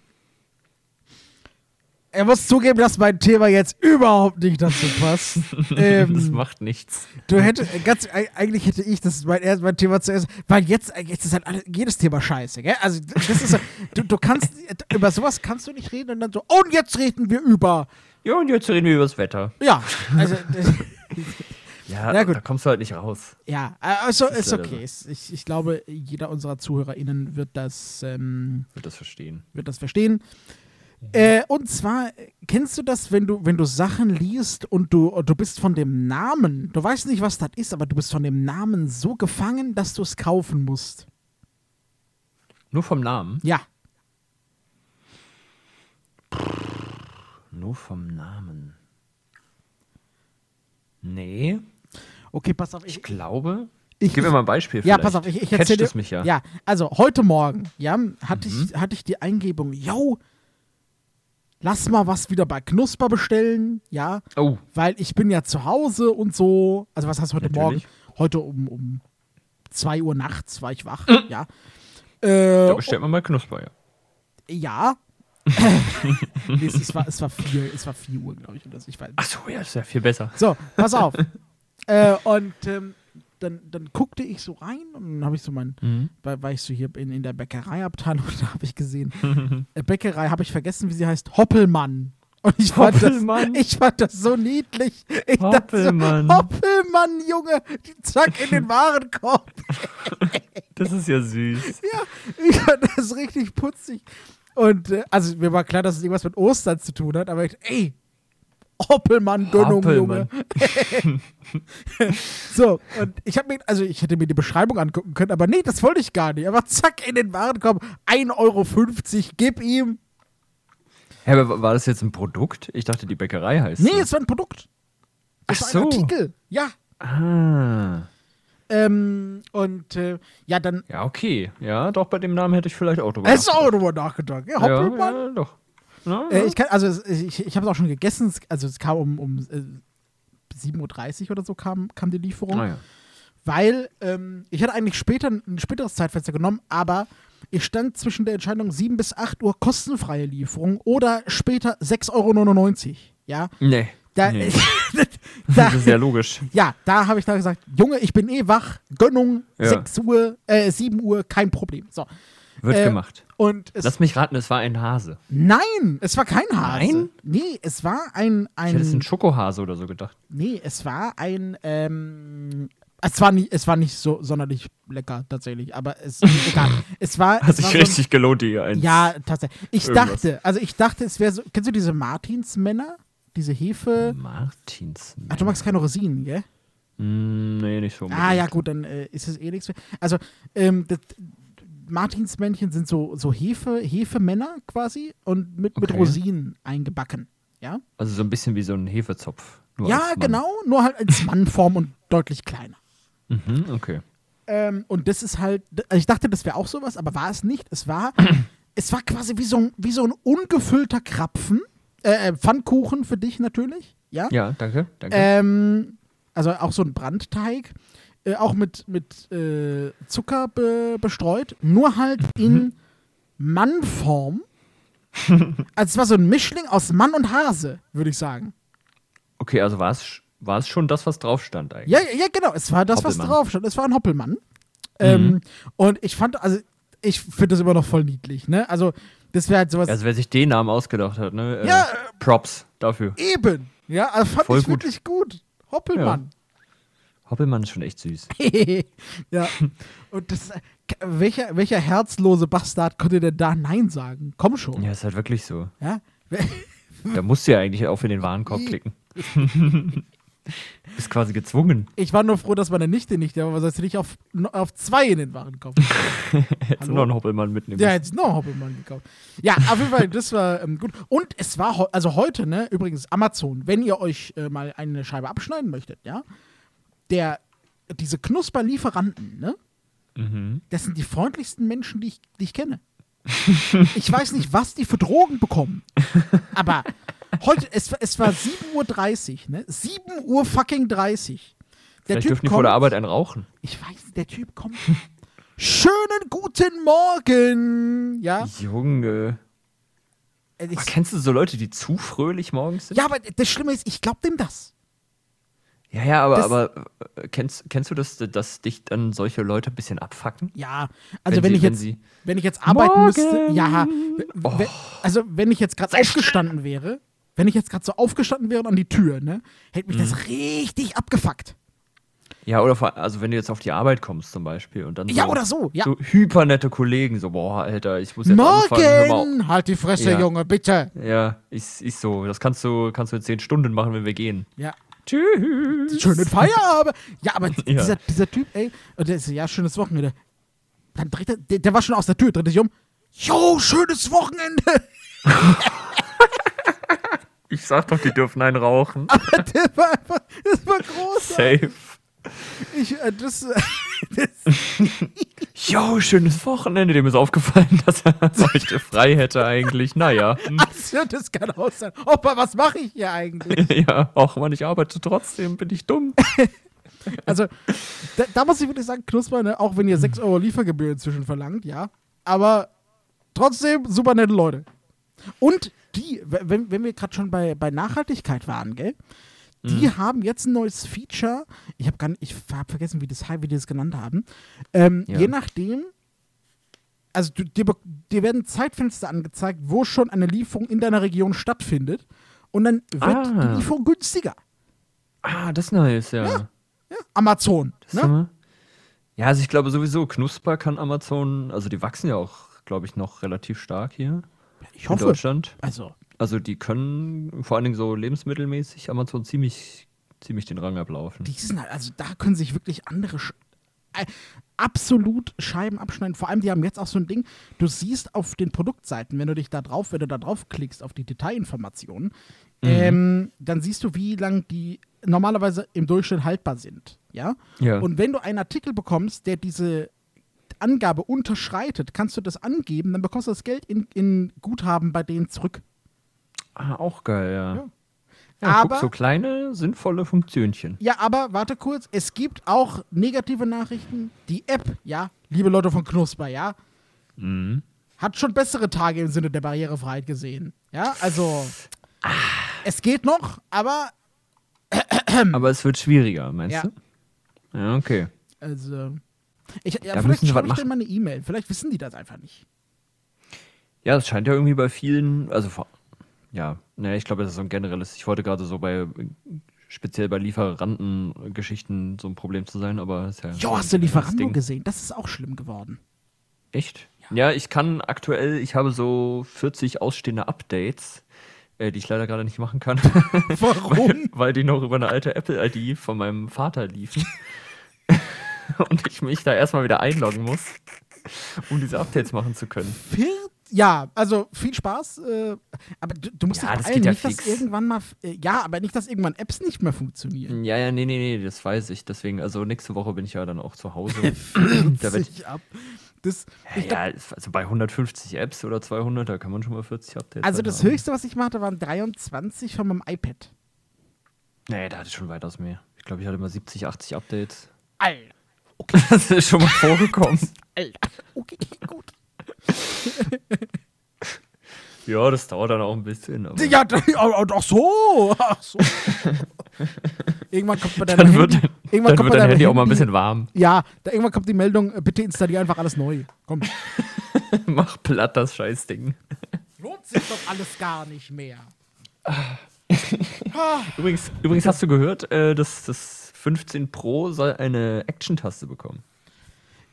S2: Er muss zugeben, dass mein Thema jetzt überhaupt nicht dazu passt. ähm,
S3: das macht nichts.
S2: Du hättest, äh, ganz, eig- eigentlich hätte ich, das ist mein, erst- mein Thema zuerst, weil jetzt, äh, jetzt ist halt alle- jedes Thema scheiße, gell? Also, d- das ist, so- du, du kannst, äh, über sowas kannst du nicht reden und dann so, oh, und jetzt reden wir über,
S3: Ja, und jetzt reden wir über das Wetter.
S2: ja, also, d-
S3: Ja,
S2: Na gut.
S3: da kommst du halt nicht raus.
S2: ja, äh, also,
S3: Das ist
S2: ist
S3: leider
S2: okay. Ist- Ich, ich glaube, jeder unserer ZuhörerInnen wird das, ähm,
S3: Wird das verstehen.
S2: wird das verstehen.
S3: Mhm.
S2: Äh, und zwar, äh, kennst du das, wenn du, wenn du Sachen liest und du, und du bist von dem Namen, du weißt nicht, was das ist, aber du bist von dem Namen so gefangen, dass du es kaufen musst.
S3: Nur vom Namen?
S2: Ja.
S3: Nur vom Namen. Nee,
S2: Okay, pass auf, ich,
S3: ich glaube.
S2: Ich-
S3: Gib mir mal ein Beispiel.
S2: ja,
S3: vielleicht.
S2: pass auf, ich, ich
S3: Catcht
S2: erzähle dir.
S3: es mich ja. Mhm.
S2: ja, also heute Morgen, ja, hatte, ich, hatte ich die Eingebung, yo, lass mal was wieder bei Knusper bestellen, ja,
S3: Oh,
S2: weil ich bin ja zu Hause und so. Also was heißt heute
S3: Natürlich.
S2: Morgen? Heute um, um 2 Uhr nachts war ich wach, ja. Äh,
S3: da bestellt man mal Knusper, ja.
S2: ja. nee, es, es, war, es war 4 es war 4 Uhr, glaube ich, oder so. Ich weiß,
S3: Ach so, ja, ist ja viel besser.
S2: So, pass auf. äh, und ähm, dann, dann guckte ich so rein und dann habe ich so mein,
S3: Mhm.
S2: war, war ich so hier in, in der Bäckereiabteilung, da habe ich gesehen, äh, Bäckerei habe ich vergessen, wie sie heißt, Hoppelmann. Und ich fand, das,
S3: Hoppelmann?
S2: ich fand das so niedlich. Ich dachte
S3: Hoppelmann.
S2: So, Hoppelmann, Junge, die zack in den Warenkorb.
S3: Das ist ja süß.
S2: Ja, ich fand das richtig putzig. Und äh, also mir war klar, dass es irgendwas mit Ostern zu tun hat, aber ich, ey, Hoppelmann-Gönnung, Junge.
S3: Hoppelmann.
S2: So, und ich habe mir, also ich hätte mir die Beschreibung angucken können, aber nee, das wollte ich gar nicht. Aber zack, in den Warenkorb, 1,50 Euro, gib ihm.
S3: Hä, aber war das jetzt ein Produkt? Ich dachte, die Bäckerei heißt
S2: Nee,
S3: so.
S2: es war ein Produkt. Das
S3: Ach
S2: war ein
S3: so.
S2: Artikel, ja.
S3: Ah.
S2: Ähm, und äh, ja, dann
S3: Ja, okay. Ja, doch, bei dem Namen hätte ich vielleicht auch drüber
S2: hast du auch drüber nachgedacht. Ja,
S3: nachgedacht.
S2: Hoppelmann.
S3: Ja, ja, doch. Ja,
S2: Äh, ich kann, also es- ich, ich habe es auch schon gegessen. Es- Also es kam um, um äh, 7.30 Uhr oder so kam, kam die Lieferung.
S3: Naja.
S2: Weil ähm, ich hatte eigentlich später ein späteres Zeitfenster genommen, aber ich stand zwischen der Entscheidung 7 bis 8 Uhr kostenfreie Lieferung oder später 6,99 Euro. Ja,
S3: Nee.
S2: da,
S3: nee.
S2: da,
S3: Das ist ja logisch.
S2: ja, da habe ich dann gesagt, Junge, ich bin eh wach, Gönnung,
S3: Ja.
S2: 6 Uhr, äh, 7 Uhr, kein Problem. So.
S3: Wird
S2: Äh,
S3: gemacht.
S2: Und es,
S3: Lass mich raten, es war ein Hase.
S2: nein, es war kein Hase.
S3: Nein?
S2: Nee, es war ein,
S3: Ich hätte es
S2: ein
S3: ein Schokohase oder so gedacht.
S2: Nee, es war ein. Ähm, es war nicht, es war nicht so sonderlich lecker tatsächlich, aber es egal. Es war. es
S3: Hat
S2: war
S3: sich
S2: so ein-
S3: richtig gelohnt, die eins.
S2: Ja, tatsächlich. Ich
S3: Irgendwas.
S2: dachte, also ich dachte, es wäre so. Kennst du diese Martinsmänner? Diese Hefe.
S3: Martins.
S2: Ach, du magst keine Rosinen, gell?
S3: Mm, nee, nicht so.
S2: Ah ja,
S3: unbedingt.
S2: gut, dann äh, ist es eh nichts mehr. Also, ähm, das, Martinsmännchen sind so, so Hefe, Hefemänner quasi und mit, mit
S3: Okay.
S2: Rosinen eingebacken. Ja,
S3: Also so ein bisschen wie so ein Hefezopf. nur als
S2: ja
S3: Mann.
S2: genau, nur halt als Mannform und deutlich kleiner.
S3: Mhm, okay.
S2: Ähm, und das ist halt, also ich dachte, das wäre auch sowas, aber war es nicht. Es war, es war quasi wie so ein, wie so ein ungefüllter Krapfen. Äh, äh, Pfannkuchen für dich natürlich, ja.
S3: Ja, danke. danke.
S2: Ähm, also auch so ein Brandteig, äh, auch mit, mit äh, Zucker be bestreut, nur halt in Mannform. also es war so ein Mischling aus Mann und Hase, würde ich sagen.
S3: okay, also war es, sch- war es schon das, was drauf stand eigentlich?
S2: Ja, ja, ja, genau. Es war das, was
S3: Hoppelmann. Mhm.
S2: drauf stand. Es war ein Hoppelmann. Ähm, und ich fand, also, ich finde das immer noch voll niedlich, ne? Also, das wäre halt sowas.
S3: Also wer sich den Namen ausgedacht hat, ne? äh,
S2: Ja, äh,
S3: Props dafür.
S2: eben. Ja, also fand
S3: Voll
S2: ich
S3: gut.
S2: wirklich gut. Hoppelmann.
S3: Hoppelmann ist schon echt süß.
S2: ja. Und das, welcher, welcher herzlose Bastard konnte denn da Nein sagen? Komm schon.
S3: Ja, ist halt wirklich so.
S2: Ja.
S3: Da musst du ja eigentlich auf in den Warenkorb klicken. Bist quasi gezwungen.
S2: Ich war nur froh, dass meine Nichte nicht da war, sonst hätte ich auf, auf zwei in den Waren kommen.
S3: Hättest du
S2: Hallo?
S3: noch einen Hoppelmann mitnehmen
S2: Ja,
S3: müssen.
S2: jetzt noch Hoppelmann gekauft. Ja, auf jeden Fall, das war ähm, gut. Und es war, heu- also heute, ne, übrigens, Amazon, wenn ihr euch äh, mal eine Scheibe abschneiden möchtet, ja, der, diese Knusperlieferanten, ne,
S3: Mhm.
S2: das sind die freundlichsten Menschen, die ich, die ich kenne. Ich weiß nicht, was die für Drogen bekommen, aber heute, es, war- es war 7.30 Uhr, ne, 7 Uhr fucking 30. Der
S3: Vielleicht
S2: Typ
S3: dürfen die vor
S2: kommt,
S3: der Arbeit einen rauchen.
S2: ich weiß, der Typ kommt. Schönen guten Morgen! Ja,
S3: Junge.
S2: es
S3: Aber
S2: ist-
S3: kennst du so Leute, die zu fröhlich morgens sind?
S2: Ja, aber das Schlimme ist, ich glaube dem das.
S3: Ja, ja, aber,
S2: Das-
S3: aber äh, kennst, kennst du das, dass dich dann solche Leute ein bisschen abfacken?
S2: Ja, also wenn,
S3: Wenn sie-
S2: ich
S3: wenn
S2: jetzt,
S3: sie-
S2: wenn ich jetzt arbeiten
S3: Morgen! Oh.
S2: müsste, ja, w- w- also wenn ich jetzt gerade aufgestanden wäre, wenn ich jetzt gerade so aufgestanden wäre und an die Tür, ne, hätte mich das
S3: Mhm.
S2: richtig abgefuckt.
S3: Ja, oder vor, also wenn du jetzt auf die Arbeit kommst zum Beispiel und dann
S2: Ja,
S3: so,
S2: oder so, ja.
S3: so hypernette Kollegen, so, boah, Alter, ich muss jetzt anfangen, hör mal
S2: Morgen! Halt die Fresse,
S3: Ja.
S2: Junge, bitte.
S3: auf. Ja, ist, ist so. Das kannst du, kannst du in zehn Stunden machen, wenn wir gehen.
S2: Ja.
S3: Tschüss.
S2: Schönen Feierabend. Ja, aber d-
S3: Ja.
S2: Dieser, dieser Typ, ey, und der ist ja schönes Wochenende. Dann dreht er, der, der war schon aus der Tür, dreht sich um. Jo, schönes Wochenende.
S3: Ich sag doch, die dürfen einen rauchen.
S2: Aber der war einfach, das war großartig.
S3: Safe.
S2: Ich, äh, das,
S3: Jo, schönes Wochenende. Dem ist aufgefallen, dass er heute frei hätte eigentlich. Naja. hm.
S2: Also, das kann auch sein. Opa, was mache ich hier eigentlich?
S3: ja, auch wenn ich arbeite, trotzdem bin ich dumm.
S2: Also, da, da muss ich wirklich sagen, Knusper, ne? auch wenn ihr 6 Euro Liefergebühr inzwischen verlangt, ja. Aber trotzdem super nette Leute. Und die, w- wenn, wenn wir gerade schon bei, bei Nachhaltigkeit waren, gell? Die
S3: Mhm.
S2: haben jetzt ein neues Feature. Ich habe gar nicht, ich habe vergessen, wie, das, wie die das genannt haben. Ähm,
S3: Ja.
S2: Je nachdem, also du, dir, be- dir werden Zeitfenster angezeigt, wo schon eine Lieferung in deiner Region stattfindet. Und dann wird
S3: Ah.
S2: die Lieferung günstiger.
S3: Ah, das ist nice, ja. ja.
S2: Amazon.
S3: Das
S2: Ne?
S3: ne? Ja, also ich glaube sowieso, Knusper kann Amazon, also die wachsen ja auch, glaube ich, noch relativ stark hier
S2: Ich
S3: in Deutschland.
S2: Also,
S3: Also die können vor allen Dingen so lebensmittelmäßig Amazon ziemlich, ziemlich den Rang ablaufen.
S2: die sind halt, also da können sich wirklich andere Sch äh, absolut Scheiben abschneiden. Vor allem, die haben jetzt auch so ein Ding, du siehst auf den Produktseiten, wenn du dich da drauf, wenn du da drauf klickst, auf die Detailinformationen,
S3: Mhm.
S2: ähm, dann siehst du, wie lang die normalerweise im Durchschnitt haltbar sind. Ja?
S3: Ja.
S2: Und wenn du einen Artikel bekommst, der diese Angabe unterschreitet, kannst du das angeben, dann bekommst du das Geld in, in Guthaben bei denen zurück.
S3: Ah, auch geil, ja.
S2: Ja.
S3: ja.
S2: Aber-
S3: guck, so kleine, sinnvolle Funktionchen.
S2: Ja, aber warte kurz, es gibt auch negative Nachrichten. Die App, ja, liebe Leute von Knusper, ja,
S3: Mhm.
S2: hat schon bessere Tage im Sinne der Barrierefreiheit gesehen. Ja, also
S3: Ah.
S2: es geht noch, aber
S3: Aber es wird schwieriger, meinst
S2: Ähm. Ja.
S3: du? Ja, okay.
S2: also ich, ja,
S3: Da
S2: vielleicht
S3: müssen wir
S2: schreibe
S3: was
S2: ich denen
S3: machen.
S2: mal eine E-Mail. Vielleicht wissen die das einfach nicht.
S3: Ja, es scheint ja irgendwie bei vielen, also vor, ja, naja, ich glaube, das ist so ein generelles. Ich wollte gerade so bei, speziell bei Lieferanten-Geschichten so ein Problem zu sein, aber ist ja.
S2: Jo, hast du Lieferando
S3: gesehen?
S2: gesehen? Das ist auch schlimm geworden.
S3: Echt? Ja. ich kann aktuell, ich habe so 40 ausstehende Updates, äh, die ich leider gerade nicht machen kann,
S2: Warum?
S3: weil die noch über eine alte Apple-ID von meinem Vater liefen. Und ich mich da erstmal wieder einloggen muss, um diese Updates machen zu können.
S2: Vier- Ja, also viel Spaß. Äh, aber du, du musst
S3: Ja,
S2: dich
S3: das
S2: beeilen,
S3: geht ja
S2: nicht, dass
S3: fix.
S2: irgendwann mal. f- Äh, ja, aber nicht, dass irgendwann Apps nicht mehr funktionieren.
S3: Ja, ja, nee, nee, nee, das weiß ich. Deswegen, also nächste Woche bin ich ja dann auch zu Hause. da werd ich,
S2: Sich ab. Das, ich glaub,
S3: ja, also bei 150 Apps oder 200, da kann man schon mal 40 Updates
S2: also das
S3: haben.
S2: höchste, was ich mal hatte, waren 23 von meinem iPad.
S3: Nee, da hatte ich schon weitaus mehr. Ich glaube, ich hatte mal 70, 80 Updates.
S2: Alter,
S3: Das ist schon mal vorgekommen.
S2: Alter. Okay, gut.
S3: Ja, das dauert dann auch ein bisschen. Aber
S2: Ja, da- au- au- ach so. Ach so. irgendwann kommt bei deinem
S3: dann wird,
S2: Handy,
S3: dann
S2: irgendwann kommt
S3: wird
S2: bei
S3: dein
S2: deinem
S3: Handy auch mal ein bisschen warm.
S2: Ja, da, irgendwann kommt die Meldung, äh, bitte installier einfach alles neu. Komm.
S3: Mach platt das Scheißding.
S2: Lohnt sich doch alles gar nicht mehr. Ah,
S3: Übrigens, übrigens hast du gehört, äh, dass das 15 Pro soll eine Action-Taste bekommen.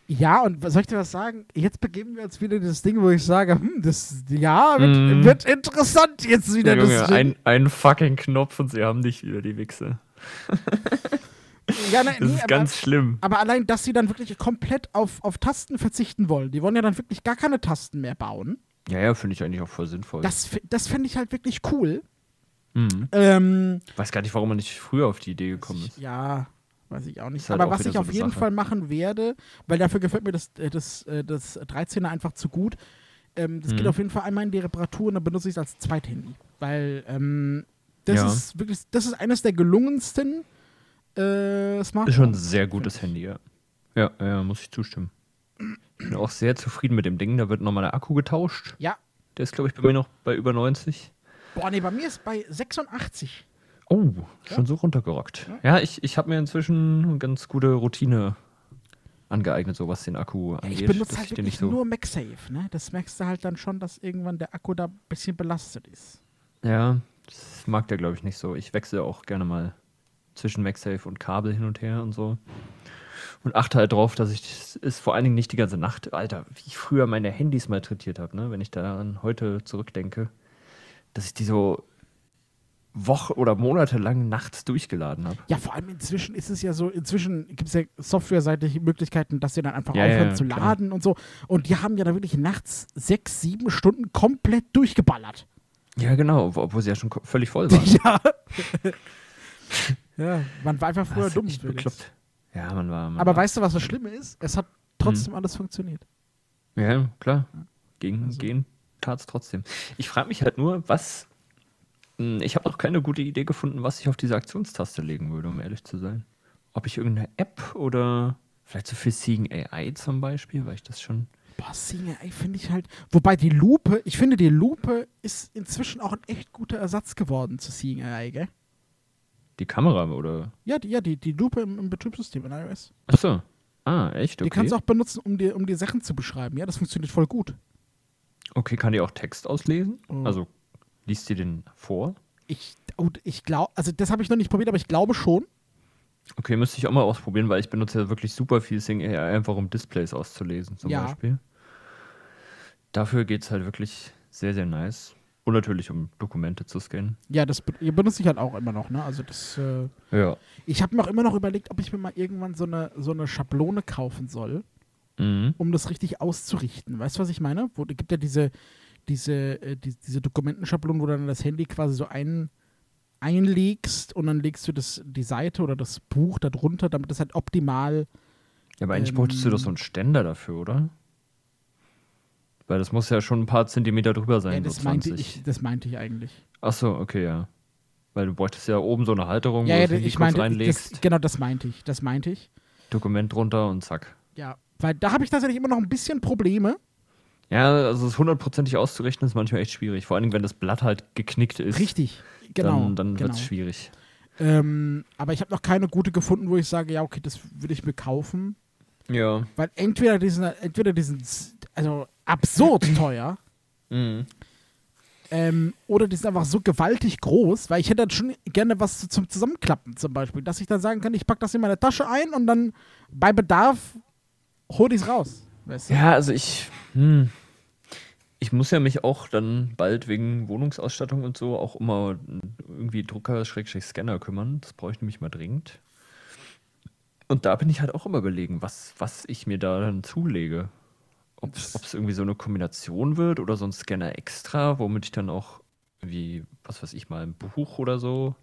S2: Ja, und was- soll ich dir was sagen? Jetzt begeben wir uns wieder in das Ding, wo ich sage, hm, das ja,
S3: Mm.
S2: wird, wird interessant jetzt wieder. das Ding.
S3: ein, ein fucking Knopf und sie haben dich wieder, die Wichse.
S2: ja, nein,
S3: Das
S2: nee,
S3: ist
S2: aber,
S3: ganz schlimm.
S2: aber allein, dass sie dann wirklich komplett auf, auf Tasten verzichten wollen. Die wollen ja dann wirklich gar keine Tasten mehr bauen.
S3: Ja, ja, finde ich eigentlich auch voll sinnvoll.
S2: Das, f- das fände ich halt wirklich cool.
S3: Mhm.
S2: Ähm,
S3: Weiß gar nicht, warum man nicht früher auf die Idee gekommen ist.
S2: ja, weiß ich auch nicht.
S3: Ist halt
S2: aber
S3: auch
S2: was
S3: wieder
S2: ich
S3: so
S2: auf
S3: eine
S2: jeden
S3: Sache.
S2: Fall machen werde, weil dafür gefällt mir das, äh, das, äh, das 13er einfach zu gut. Ähm,
S3: Mhm.
S2: das geht auf jeden Fall einmal in die Reparatur und dann benutze ich es als Zweithandy. Weil ähm, das
S3: Ja.
S2: ist wirklich, das ist eines der gelungensten äh, Smartphones.
S3: Ist schon ein sehr gutes Handy, ja. Ja, ja, muss ich zustimmen. Ich bin auch sehr zufrieden mit dem Ding. Da wird nochmal der Akku getauscht.
S2: Ja.
S3: Der ist, glaube ich, bei mir noch bei über 90.
S2: Boah, nee, bei mir ist bei 86.
S3: Oh, schon so runtergerockt. Ja, ich, ich habe mir inzwischen eine ganz gute Routine angeeignet, so was den Akku
S2: Ja,
S3: angeht.
S2: ich benutze
S3: dass
S2: halt
S3: den
S2: wirklich nur MagSafe, ne? Das merkst du halt dann schon, dass irgendwann der Akku da ein bisschen belastet ist.
S3: Ja, das mag der, glaube ich, nicht so. Ich wechsle auch gerne mal zwischen MagSafe und Kabel hin und her und so. Und achte halt drauf, dass ich es vor allen Dingen nicht die ganze Nacht, Alter, wie ich früher meine Handys malträtiert habe, ne? wenn ich daran heute zurückdenke, dass ich die so Woche oder Monate lang nachts durchgeladen habe.
S2: Ja, vor allem inzwischen ist es ja so, inzwischen gibt es ja softwareseitige Möglichkeiten, dass sie dann einfach
S3: Ja,
S2: aufhören
S3: ja,
S2: zu
S3: klar.
S2: laden und so. Und die haben ja da wirklich nachts sechs, sieben Stunden komplett durchgeballert.
S3: Ja, genau, obwohl sie ja schon ko- völlig voll waren.
S2: Ja. ja, man war einfach
S3: Das
S2: früher
S3: ist
S2: dumm.
S3: echt
S2: Felix.
S3: bekloppt. Ja, man war. Man
S2: Aber
S3: war,
S2: weißt du, was das Schlimme ist? Es hat trotzdem alles funktioniert.
S3: ja, klar. Gegen,
S2: Also-
S3: gehen tat's trotzdem. Ich frage mich halt nur, was. Hm, Ich habe noch keine gute Idee gefunden, was ich auf diese Aktionstaste legen würde, um ehrlich zu sein. Ob ich irgendeine App oder vielleicht so für Seeing AI zum Beispiel, weil ich das schon.
S2: Boah, Single Eye finde ich halt. Wobei die Lupe, ich finde, die Lupe ist inzwischen auch ein echt guter Ersatz geworden zu Seeing AI, gell?
S3: Die Kamera oder.
S2: Ja, die, ja, die, die Lupe im, im Betriebssystem in iOS.
S3: Achso. Ah, echt?
S2: Die
S3: Okay.
S2: kannst du auch benutzen, um dir, um dir Sachen zu beschreiben. Ja, das funktioniert voll gut.
S3: okay, kann die auch Text auslesen?
S2: Mhm.
S3: Also liest die den vor?
S2: Ich, oh, ich glaube, also das habe ich noch nicht probiert, aber ich glaube schon.
S3: Okay, müsste ich auch mal ausprobieren, weil ich benutze ja wirklich super viel Sing AI, einfach um Displays auszulesen zum
S2: Ja.
S3: Beispiel. Dafür geht es halt wirklich sehr, sehr nice. Und natürlich, um Dokumente zu scannen.
S2: Ja, das be ja, benutze ich halt auch immer noch, ne? Also das, äh,
S3: Ja.
S2: ich habe mir auch immer noch überlegt, ob ich mir mal irgendwann so eine, so eine Schablone kaufen soll,
S3: Mhm.
S2: um das richtig auszurichten. Weißt du, was ich meine? Wo, es gibt ja diese, diese, äh, die, diese Dokumentenschablonen, wo du dann das Handy quasi so ein, einlegst und dann legst du das, die Seite oder das Buch darunter, damit das halt optimal Ähm.
S3: Ja, aber eigentlich bräuchtest du doch so einen Ständer dafür, oder? Weil das muss ja schon ein paar Zentimeter drüber
S2: Ja,
S3: sein,
S2: das,
S3: so
S2: meinte
S3: 20.
S2: ich, das meinte ich eigentlich.
S3: Ach so, okay, ja. Weil du bräuchtest ja oben so eine Halterung,
S2: Ja,
S3: wo
S2: ja,
S3: du das Handy
S2: ich
S3: kurz
S2: meinte,
S3: reinlegst,
S2: das, genau das meinte ich. Das meinte ich.
S3: Dokument drunter und zack.
S2: Ja, weil da habe ich tatsächlich immer noch ein bisschen Probleme.
S3: Ja, also es hundertprozentig auszurechnen ist manchmal echt schwierig. Vor allen Dingen, wenn das Blatt halt geknickt ist.
S2: Richtig, genau.
S3: Dann, dann
S2: genau.
S3: wird es schwierig.
S2: Ähm, aber ich habe noch keine gute gefunden, wo ich sage, ja, okay, das würde ich mir kaufen.
S3: Ja.
S2: Weil entweder diesen, entweder diesen, s- also absurd teuer,
S3: Mhm.
S2: ähm, oder die sind einfach so gewaltig groß, weil ich hätte dann schon gerne was zu- zum Zusammenklappen zum Beispiel, dass ich dann sagen kann, ich packe das in meine Tasche ein und dann bei Bedarf hol ich es raus. Weißt du?
S3: Ja, also ich. Hm. Ich muss ja mich auch dann bald wegen Wohnungsausstattung und so auch immer irgendwie Drucker, Schrägstrich Scanner kümmern. Das brauche ich nämlich mal dringend. Und da bin ich halt auch immer überlegen, was, was ich mir da dann zulege. Ob es irgendwie so eine Kombination wird oder so ein Scanner extra, womit ich dann auch wie, was weiß ich mal, ein Buch oder so.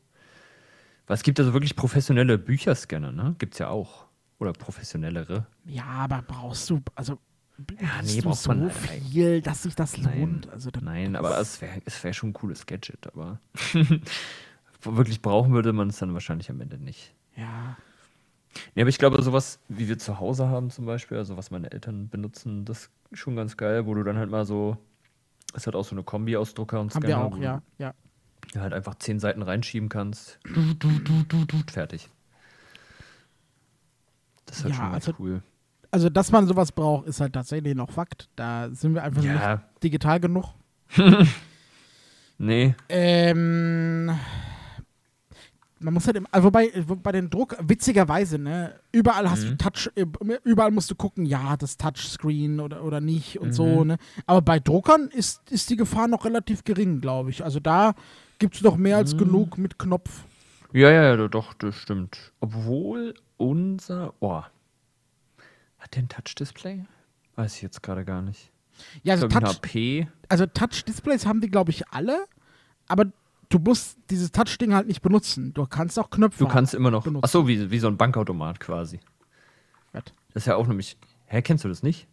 S3: Weil es gibt also wirklich professionelle Bücherscanner, ne? Gibt's ja auch. Oder professionellere.
S2: Ja, aber brauchst du, also brauchst
S3: nee,
S2: du
S3: braucht
S2: so
S3: man leider eigentlich.
S2: viel, dass sich das
S3: Nein.
S2: lohnt. Also dann,
S3: Nein, aber es wäre es wär schon ein cooles Gadget, aber wirklich brauchen würde man es dann wahrscheinlich am Ende nicht.
S2: Ja.
S3: Nee, aber ich glaube, sowas, wie wir zu Hause haben zum Beispiel, also was meine Eltern benutzen, das ist schon ganz geil, wo du dann halt mal so, es hat auch so eine Kombi aus Drucker und
S2: Haben
S3: Scanner,
S2: wir auch,
S3: wo
S2: ja. ja.
S3: du halt einfach zehn Seiten reinschieben kannst. Fertig. Das ist halt
S2: Ja,
S3: schon ganz
S2: also-
S3: cool.
S2: Also, dass man sowas braucht, ist halt tatsächlich noch Fakt. Da sind wir einfach
S3: Ja.
S2: nicht digital genug.
S3: Nee,
S2: Ähm, man muss halt, im, also bei, bei den Druck, witzigerweise, ne, überall hast du
S3: Mhm.
S2: Touch, äh, überall musst du gucken, ja, das Touchscreen oder, oder nicht und so,
S3: Mhm.
S2: ne. Aber bei Druckern ist, ist die Gefahr noch relativ gering, glaube ich. Also da gibt es doch mehr als
S3: Mhm.
S2: genug mit Knopf.
S3: Ja, ja, ja, doch, das stimmt. Obwohl unser. Oh. Hat der ein Touch-Display? Weiß ich jetzt gerade gar nicht.
S2: Ja, also
S3: ich glaub, ein
S2: Touch,
S3: HP.
S2: also Touch-Displays haben die, glaube ich, alle, aber du musst dieses Touch-Ding halt nicht benutzen. Du kannst auch Knöpfe.
S3: Du kannst immer noch.
S2: benutzen.
S3: Achso, wie, wie so ein Bankautomat quasi.
S2: Wett.
S3: Das ist ja auch nämlich. Hä, kennst du das nicht?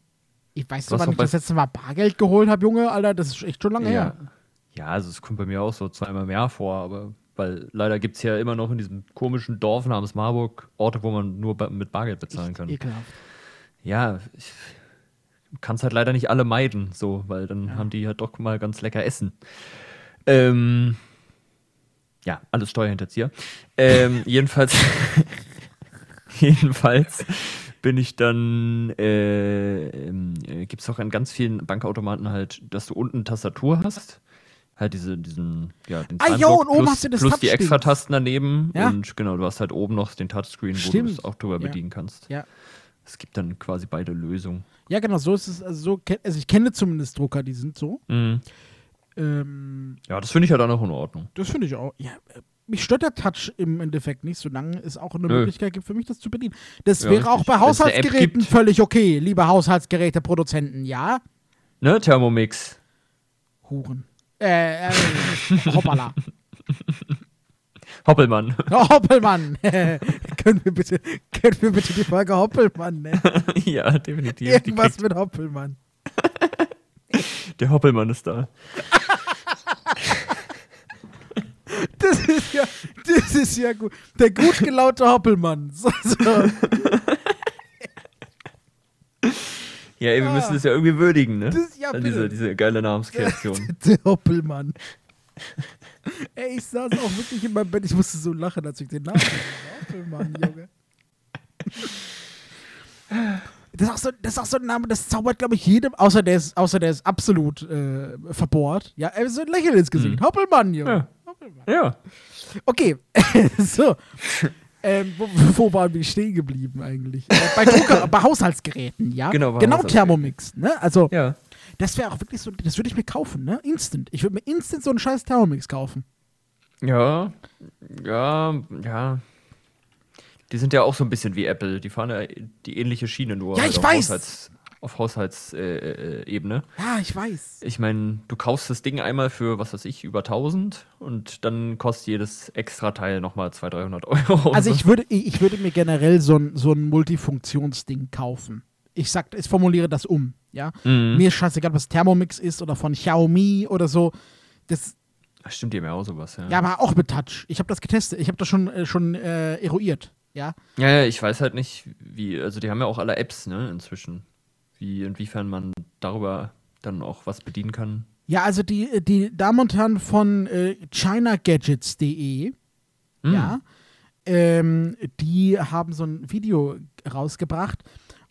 S2: Ich weiß
S3: Du hast
S2: noch, wann
S3: doch
S2: ich
S3: bei-
S2: das letzte Mal Bargeld geholt habe, Junge, Alter, das ist echt schon lange her.
S3: Ja, also es kommt bei mir auch so zweimal im Jahr vor, aber weil leider gibt es ja immer noch in diesem komischen Dorf namens Marburg Orte, wo man nur ba- mit Bargeld bezahlen kann.
S2: Ekelhaft.
S3: Ja, ich kann es halt leider nicht alle meiden, so, weil dann haben die ja doch mal ganz lecker Essen. Ähm, ja, alles Steuerhinterzieher. Ähm, jedenfalls, jedenfalls bin ich dann, äh, ähm, äh, gibt es auch an ganz vielen Bankautomaten halt, dass du unten Tastatur hast. Halt diese, diesen, ja, den
S2: Ah, jo,
S3: Zahlenblock
S2: und oben
S3: plus,
S2: hast du das
S3: plus die
S2: Touchdings.
S3: extra Tasten daneben.
S2: Ja.
S3: Und genau, du hast halt oben noch den Touchscreen, wo du
S2: Stimmt.
S3: es auch drüber
S2: Ja.
S3: bedienen kannst.
S2: Ja.
S3: Es gibt dann quasi beide Lösungen.
S2: Ja, genau, so ist es. Also, so, ke- also ich kenne zumindest Drucker, die sind so. Ähm,
S3: Ja, das finde ich ja dann auch in Ordnung.
S2: das finde ich auch. Ja, äh, mich stört der Touch im Endeffekt nicht, solange es auch eine
S3: Nö.
S2: Möglichkeit gibt, für mich das zu bedienen. Das
S3: Ja,
S2: wäre auch
S3: richtig.
S2: bei
S3: Wenn's eine App
S2: Haushaltsgeräten
S3: gibt.
S2: völlig okay, liebe Haushaltsgeräteproduzenten, ja?
S3: Ne, Thermomix.
S2: Huren. Äh, äh hoppala.
S3: Hoppelmann.
S2: Hoppelmann. können, wir bitte, können wir bitte die Folge Hoppelmann nennen?
S3: ja, definitiv. Die
S2: Irgendwas mit Hoppelmann.
S3: kriegt- der Hoppelmann ist da.
S2: Das ist ja, das ist ja gut. Der gut gelaute Hoppelmann. So, so.
S3: Ja, ey, wir müssen es ja irgendwie würdigen, ne?
S2: Ah. Das- ja,
S3: Dann
S2: bitte.
S3: diese, diese geile Namenskreation.
S2: Der Hoppelmann. Ey, ich saß auch wirklich in meinem Bett. Ich musste so lachen, als ich den Namen hatte. Hoppelmann, Junge. Das ist, auch so, das ist auch so ein Name, das zaubert, glaube ich, jedem, außer der ist, außer der ist absolut äh, verbohrt. Ja, er ist so ein Lächeln ins Gesicht. Hoppelmann, Junge.
S3: Mhm. Ja. ja.
S2: Okay, so. Ähm, wo, wo waren wir stehen geblieben eigentlich? Äh, bei, Drucker, bei Haushaltsgeräten, ja.
S3: Genau, bei
S2: genau
S3: Haushaltsgeräten.
S2: Thermomix, ne? Also,
S3: Ja.
S2: das wäre auch wirklich so, das würde ich mir kaufen, ne? Instant. Ich würde mir instant so einen scheiß Thermomix kaufen.
S3: Ja. Ja, ja. Die sind ja auch so ein bisschen wie Apple. Die fahren ja die ähnliche Schiene nur.
S2: Ja,
S3: halt
S2: ich
S3: auf
S2: weiß.
S3: Haushalts, auf Haushaltsebene. Äh, Ebene.
S2: Ja, ich weiß.
S3: Ich meine, du kaufst das Ding einmal für, was weiß ich, über 1000 und dann kostet jedes extra Teil nochmal 200, 300 Euro.
S2: Also ich würde, ich ich würde mir generell so ein, so ein Multifunktionsding kaufen. ich sag, ich formuliere das um, ja.
S3: Mhm.
S2: Mir ist scheißegal, ob es Thermomix ist oder von Xiaomi oder so. Das,
S3: Ach, Stimmt, die haben ja auch sowas, ja.
S2: ja, aber auch mit Touch. Ich habe das getestet. Ich habe das schon, äh, schon äh, eruiert, ja.
S3: Ja, ja, ich weiß halt nicht, wie, also die haben ja auch alle Apps, ne, inzwischen. Wie, inwiefern man darüber dann auch was bedienen kann.
S2: Ja, also die, die Damen und Herren von äh, ChinaGadgets.de,
S3: Hm.
S2: E, ja, ähm, die haben so ein Video rausgebracht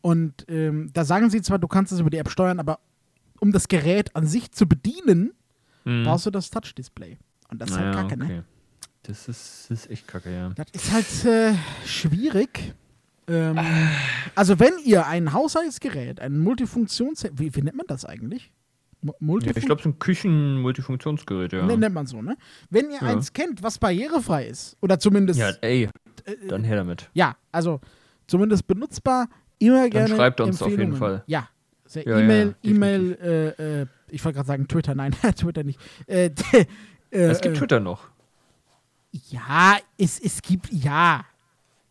S2: und ähm, da sagen sie zwar, du kannst es über die App steuern, aber um das Gerät an sich zu bedienen,
S3: Mhm.
S2: brauchst du das Touch-Display. Und das ist halt
S3: Naja,
S2: kacke, ne?
S3: okay. Das ist, das ist echt kacke, ja.
S2: Das ist halt äh, schwierig. Ähm, also wenn ihr ein Haushaltsgerät, ein Multifunktions... Wie, wie nennt man das eigentlich? Mu-
S3: Ja,
S2: Multifun-
S3: ich glaube, so ein Küchen-Multifunktionsgerät, ja.
S2: Ne- Nennt man so, ne? Wenn ihr
S3: Ja.
S2: eins kennt, was barrierefrei ist, oder zumindest,
S3: Ja,
S2: ja,
S3: ey,
S2: äh,
S3: dann her damit.
S2: also zumindest benutzbar, immer gerne.
S3: schreibt uns auf jeden
S2: Empfehlungen.
S3: Fall.
S2: Ja. Sehr
S3: Ja, ja,
S2: E-Mail,
S3: definitiv.
S2: E-Mail, äh, äh, ich wollte gerade sagen Twitter, nein, Twitter nicht. Äh, d- äh,
S3: es gibt
S2: äh,
S3: Twitter noch.
S2: Ja, es, es gibt, ja.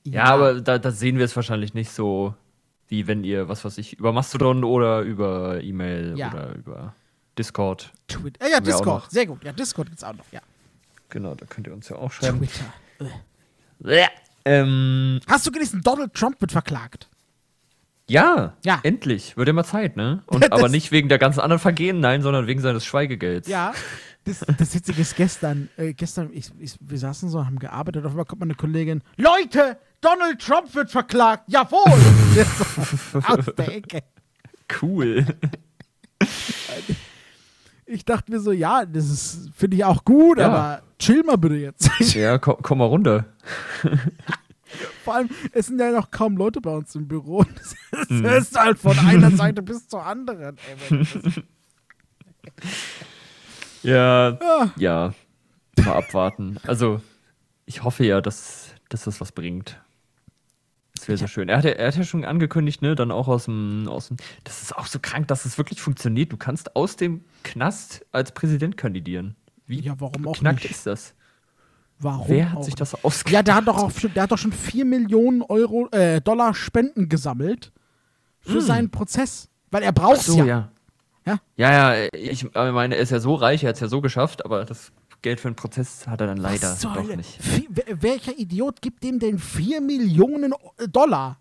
S3: Ja, aber da, da sehen wir es wahrscheinlich nicht so, wie wenn ihr, was weiß ich, über Mastodon oder über E-Mail
S2: Ja.
S3: oder über Discord.
S2: Twitter. Äh, ja,
S3: wir auch noch.
S2: Discord, sehr gut. Ja, Discord gibt's auch noch, ja.
S3: Genau, da könnt ihr uns ja auch
S2: Twitter. Äh.
S3: Ja, ähm,
S2: Hast du gelesen, Donald Trump wird verklagt?
S3: ja,
S2: Ja.
S3: endlich. Wird ja mal Zeit, ne? Und, aber
S2: Das-
S3: nicht wegen der ganzen anderen Vergehen, nein, sondern wegen seines Schweigegelds.
S2: Ja, das, das Witzige ist gestern, äh, gestern, ich, ich, wir saßen so, haben gearbeitet, auf einmal kommt meine Kollegin, Leute, Donald Trump wird verklagt, jawohl! Jetzt so, aus der Ecke.
S3: Cool.
S2: Ich dachte mir so, ja, das ist- finde ich auch gut,
S3: Ja.
S2: aber chill mal bitte jetzt.
S3: ja, komm, komm mal runter.
S2: Vor allem, es sind ja noch kaum Leute bei uns im Büro. Das
S3: Mhm.
S2: ist halt von einer Seite bis zur anderen. Ey, wenn du das-
S3: Ja,
S2: ja,
S3: ja, mal abwarten. Also, ich hoffe ja, dass, dass das was bringt. Das wäre so schön. Er hat, ja, er hat ja schon angekündigt, ne, dann auch aus dem, aus dem. Das ist auch so krank, dass es wirklich funktioniert. Du kannst aus dem Knast als Präsident kandidieren. Wie
S2: Ja, warum auch
S3: knackt
S2: nicht?
S3: ist das?
S2: warum
S3: Wer hat
S2: auch
S3: sich das ausgedacht?
S2: Ja, der hat doch auch schon, der hat doch schon 4 Millionen Euro, äh, Dollar Spenden gesammelt für seinen Prozess. Weil er braucht
S3: Hm. so,
S2: ja.
S3: ja.
S2: Ja?
S3: Ja, ja, ich meine, er ist ja so reich, er hat es ja so geschafft, aber das Geld für den Prozess hat er dann
S2: Was
S3: leider
S2: zur
S3: doch
S2: Hölle?
S3: nicht.
S2: Vi- wel- welcher Idiot gibt dem denn 4 Millionen O- Dollar?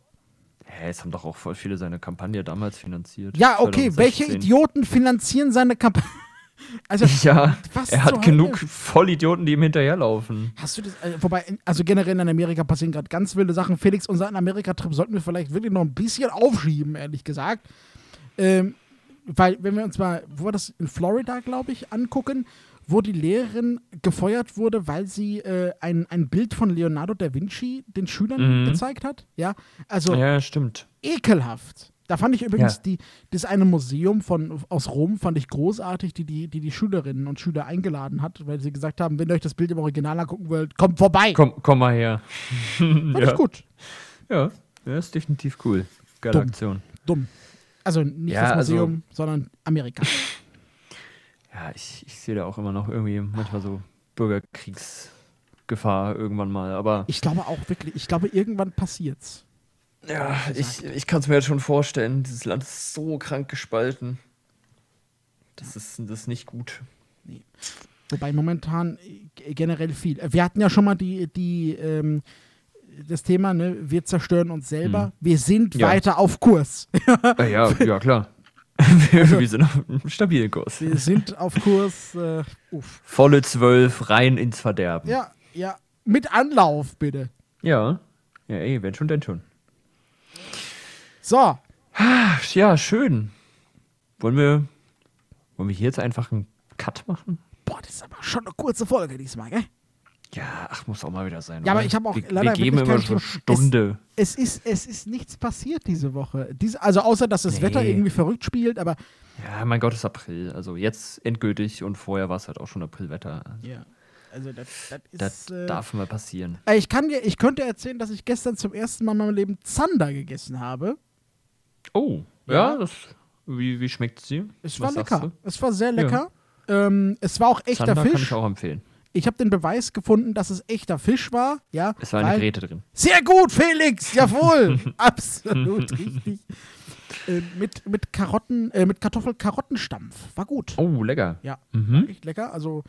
S3: Hä, es haben doch auch voll viele seine Kampagne damals finanziert.
S2: Ja, okay, welche
S3: 2016.
S2: Idioten finanzieren seine Kampagne? Also,
S3: Ja,
S2: Was
S3: er
S2: zur
S3: hat genug
S2: Hölle?
S3: Vollidioten, die ihm hinterherlaufen.
S2: hast du das, äh, wobei, in- also generell in Amerika passieren gerade ganz wilde Sachen. Felix, unseren Amerika-Trip sollten wir vielleicht wirklich noch ein bisschen aufschieben, ehrlich gesagt. Ähm, weil, wenn wir uns mal, wo war das? In Florida, glaube ich, angucken, wo die Lehrerin gefeuert wurde, weil sie äh, ein, ein Bild von Leonardo da Vinci den Schülern
S3: Mhm.
S2: gezeigt hat. Ja, also
S3: Ja, stimmt.
S2: ekelhaft. Da fand ich übrigens
S3: Ja.
S2: die, das eine Museum von, aus Rom, fand ich großartig, die die, die die Schülerinnen und Schüler eingeladen hat, weil sie gesagt haben, wenn ihr euch das Bild im Original angucken wollt, kommt vorbei.
S3: Komm, komm mal her.
S2: fand ich
S3: ja.
S2: gut.
S3: ja, ja, ist definitiv cool. Geile
S2: Dumm.
S3: Aktion.
S2: Dumm. Also nicht
S3: Ja,
S2: das
S3: also-
S2: Museum, sondern Amerika.
S3: Ja, ich, ich sehe da auch immer noch irgendwie manchmal so Bürgerkriegsgefahr irgendwann mal. Aber
S2: Ich glaube auch wirklich, ich glaube, irgendwann passiert's.
S3: ja, ich, ich kann es mir jetzt schon vorstellen. Dieses Land ist so krank gespalten. Das ist, das ist nicht gut.
S2: Wobei momentan äh, generell viel. Wir hatten ja schon mal die, die, ähm, das Thema, ne, wir zerstören uns selber. Wir sind
S3: Hm. Ja.
S2: weiter auf Kurs.
S3: Ah, ja, ja, klar.
S2: Also
S3: Wir, wir sind auf einem stabilen Kurs.
S2: Wir sind auf Kurs. Äh, uff.
S3: Volle zwölf rein ins Verderben.
S2: Ja, ja. Mit Anlauf, bitte.
S3: Ja. Ja, ey, wenn schon, denn schon.
S2: So,
S3: Ach, ja, schön. Wollen wir, wollen wir hier jetzt einfach einen Cut machen?
S2: boah, das ist aber schon eine kurze Folge diesmal, gell?
S3: Ja, ach, muss auch mal wieder sein.
S2: Ja, aber
S3: oder?
S2: ich habe auch
S3: wir,
S2: leider
S3: Wir geben
S2: wirklich
S3: immer
S2: keinen
S3: so eine
S2: Schluss.
S3: Stunde.
S2: Es ist, es ist nichts passiert diese Woche. Dies, also außer, dass das
S3: Nee.
S2: Wetter irgendwie verrückt spielt, aber
S3: Ja, mein Gott, es ist April. Also jetzt endgültig und vorher war es halt auch schon Aprilwetter.
S2: ja, also das, das ist...
S3: Das
S2: äh,
S3: darf mal passieren.
S2: äh, ich, kann dir, ich könnte erzählen, dass ich gestern zum ersten Mal in meinem Leben Zander gegessen habe.
S3: Oh, ja,
S2: Ja.
S3: das, wie, wie schmeckt sie?
S2: Es war
S3: Was sagst
S2: lecker.
S3: du?
S2: Es war sehr lecker. Ähm, es war auch echter
S3: Zander kann
S2: Fisch.
S3: ich auch empfehlen.
S2: ich habe den Beweis gefunden, dass es echter Fisch war. Ja,
S3: Es war eine
S2: weil-
S3: Grete drin.
S2: Sehr gut, Felix, jawohl. Absolut richtig. Äh, mit, mit Karotten, äh, mit Kartoffel-Karottenstampf. War gut.
S3: Oh, lecker.
S2: Ja,
S3: Mhm.
S2: echt lecker. Also,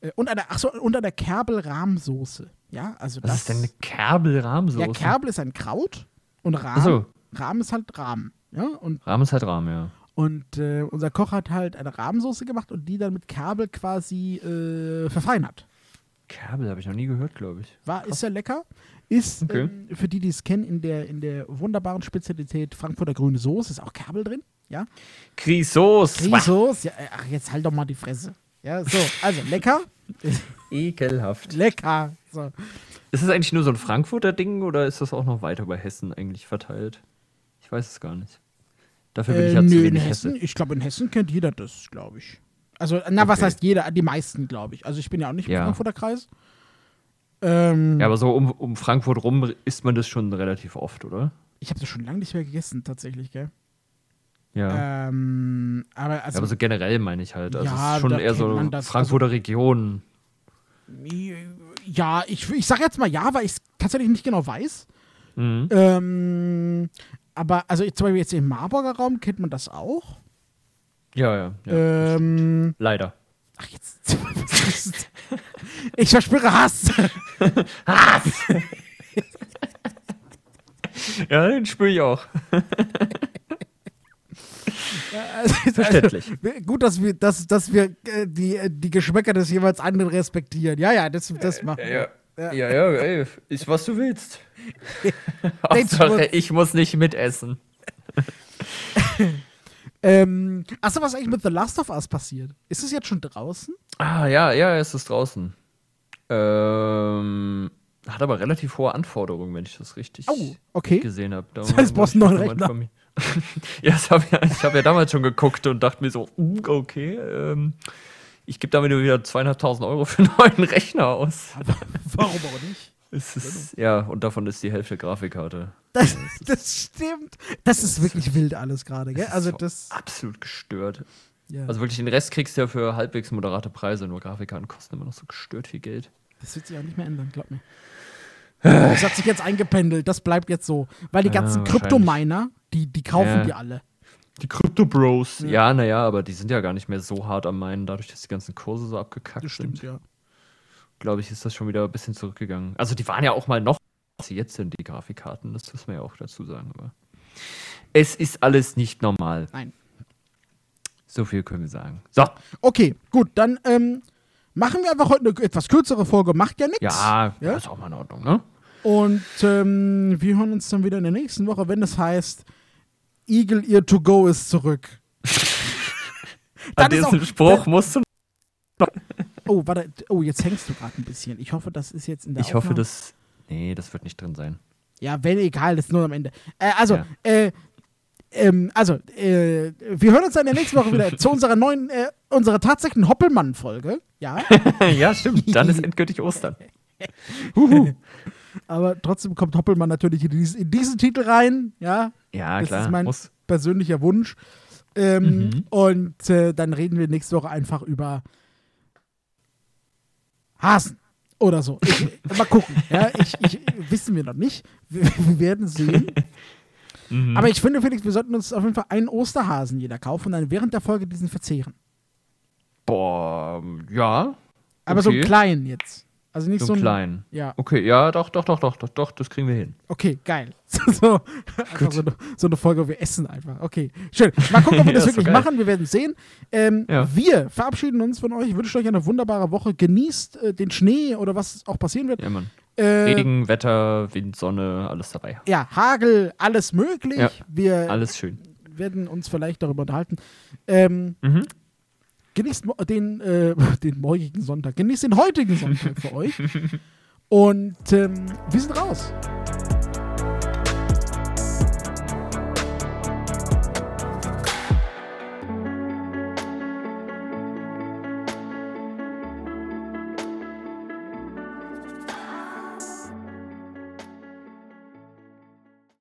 S2: äh, und einer, ach so, und einer Kerbel-Rahmsoße. Ja, also
S3: Was
S2: das.
S3: ist denn eine Kerbel-Rahmsoße?
S2: ja, Kerbel ist ein Kraut und Rahm,
S3: Ach so.
S2: Rahm ist halt Rahm. Ja, und
S3: Rahm ist halt Rahm, ja.
S2: und äh, unser Koch hat halt eine Rahmsoße gemacht und die dann mit Kerbel quasi äh, verfeinert.
S3: Kerbel habe ich noch nie gehört, glaube ich.
S2: War, ist sehr lecker. Ist,
S3: Okay.
S2: ähm, für die, die es kennen, in der, in der wunderbaren Spezialität Frankfurter grüne Soße ist auch Kerbel drin. Ja.
S3: Grisos.
S2: Risos, ja, ach, jetzt halt doch mal die Fresse. Ja, so, also lecker,
S3: Ekelhaft.
S2: lecker. So.
S3: Ist das eigentlich nur so ein Frankfurter Ding oder ist das auch noch weiter bei Hessen eigentlich verteilt? Ich weiß es gar nicht. Dafür bin ich ja zu
S2: Äh, nö, in
S3: wenig
S2: Hessen,
S3: Hesse.
S2: ich glaube, in Hessen kennt jeder das, glaube ich. Also, na, was
S3: Okay.
S2: heißt jeder? Die meisten, glaube ich. Also, ich bin ja auch nicht
S3: Ja.
S2: im Frankfurter Kreis. Ähm,
S3: Ja, aber so um, um Frankfurt rum isst man das schon relativ oft, oder?
S2: Ich habe das schon lange nicht mehr gegessen, tatsächlich, gell?
S3: Ja.
S2: Ähm, aber
S3: Ja,
S2: also,
S3: aber so generell meine ich halt. Also
S2: Ja,
S3: es ist schon
S2: da
S3: eher
S2: kennt
S3: so
S2: man das. Also
S3: Frankfurter Region.
S2: ja, ich, ich sage jetzt mal ja, weil ich es tatsächlich nicht genau weiß.
S3: Mhm.
S2: Ähm, aber, also zum Beispiel jetzt im Marburger Raum kennt man das auch.
S3: Ja, ja. ja.
S2: ähm,
S3: Leider.
S2: ach, jetzt. ich verspüre Hass.
S3: Ja, den spüre ich auch.
S2: Also,
S3: äh, Verständlich.
S2: wir- gut, dass wir, dass, dass wir äh, die, äh, die Geschmäcker des jeweils anderen respektieren. Ja, ja, das, das machen wir.
S3: ja, ja, ey, ist was du willst.
S2: Hauptsache,
S3: ich muss nicht mitessen.
S2: Ähm, achso, was ist eigentlich mit The Last of Us passiert? Ist es jetzt schon draußen?
S3: Ah, ja, ja, es ist draußen. Ähm, hat aber relativ hohe Anforderungen, wenn ich das richtig
S2: Oh, okay.
S3: gesehen habe. Da
S2: Das heißt, du brauchst einen neuen Rechner.
S3: ja, das hab ja, ich habe ja damals schon geguckt und dachte mir so, mm, okay, ähm, ich gebe damit wieder zweieinhalbtausend Euro für einen neuen Rechner aus.
S2: Warum auch nicht?
S3: Es ist, ja, und davon ist die Hälfte Grafikkarte.
S2: Das, das stimmt. Das ist wirklich wild alles gerade, gell? Also das.
S3: Absolut gestört.
S2: Ja.
S3: Also wirklich, den Rest kriegst du ja für halbwegs moderate Preise. Nur Grafikkarten kosten immer noch so gestört viel Geld.
S2: Das wird sich auch nicht mehr ändern, glaub mir. Das hat sich jetzt eingependelt, das bleibt jetzt so. Weil die
S3: Ah. Ja,
S2: ganzen
S3: wahrscheinlich.
S2: Kryptominer, die, die kaufen
S3: Ja.
S2: die alle.
S3: Die Crypto Bros. Ja, naja, aber die sind ja gar nicht mehr so hart am Meinen, dadurch, dass die ganzen Kurse so abgekackt sind.
S2: ja.
S3: Glaube ich, ist das schon wieder ein bisschen zurückgegangen. Also die waren ja auch mal noch, was sie jetzt sind, die Grafikkarten. Das müssen wir ja auch dazu sagen. Aber es ist alles nicht normal.
S2: Nein.
S3: So viel können wir sagen. So,
S2: Okay, gut, dann ähm, machen wir einfach heute eine etwas kürzere Folge, macht ja nichts.
S3: ja,
S2: Ja?
S3: ist auch mal in Ordnung, ne?
S2: Und ähm, wir hören uns dann wieder in der nächsten Woche, wenn es heißt, Eagle Ear to Go ist zurück.
S3: An
S2: Dann ist
S3: diesem
S2: auch-
S3: Spruch musst du.
S2: Oh, warte, oh, jetzt hängst du gerade ein bisschen. Ich hoffe, das ist jetzt in der
S3: Ich hoffe,
S2: Aufnahme-
S3: das. Nee, das wird nicht drin sein.
S2: Ja, wenn egal, das ist nur am Ende. Äh, also,
S3: Ja.
S2: äh, ähm, also, äh, wir hören uns dann in der nächsten Woche wieder zu unserer neuen, äh, unserer tatsächlichen Hoppelmann-Folge. Ja,
S3: ja, stimmt. Dann ist endgültig Ostern.
S2: huhu. aber trotzdem kommt Hoppelmann natürlich in, dies, in diesen Titel rein. Ja,
S3: Ja,
S2: das
S3: Ah, klar.
S2: ist mein
S3: muss. Mhm.
S2: persönlicher Wunsch. Ähm, Und äh, dann reden wir nächste Woche einfach über Hasen oder so. Ich, mal gucken. Ja, ich, ich, wissen wir noch nicht. Wir, wir werden sehen.
S3: Mhm.
S2: Aber ich finde, Felix, wir sollten uns auf jeden Fall einen Osterhasen jeder kaufen und dann während der Folge diesen verzehren.
S3: Boah, ja.
S2: Aber so einen
S3: Okay.
S2: kleinen jetzt. Also nicht
S3: So
S2: so
S3: einen
S2: einen
S3: kleinen.
S2: Ja,
S3: Okay, ja, doch, doch, doch, doch, doch, doch, das kriegen wir hin.
S2: okay, geil. So, so, einfach so, eine, so eine Folge, wo wir essen einfach. Okay, schön. Mal gucken, ob wir
S3: Ja,
S2: das
S3: ist so
S2: wirklich
S3: geil.
S2: machen. Wir werden sehen. Ähm,
S3: Ja.
S2: Wir verabschieden uns von euch. Wünscht euch eine wunderbare Woche. Genießt äh, den Schnee oder was auch passieren wird.
S3: Ja, Mann.
S2: äh,
S3: Regen, Wetter, Wind, Sonne, alles dabei.
S2: ja Hagel, alles möglich.
S3: Ja,
S2: Wir
S3: Alles schön.
S2: werden uns vielleicht darüber unterhalten. Ähm,
S3: Mhm.
S2: Genießt mo- den, äh, den morgigen Sonntag. Genießt den heutigen Sonntag für euch. Und ähm, wir sind raus.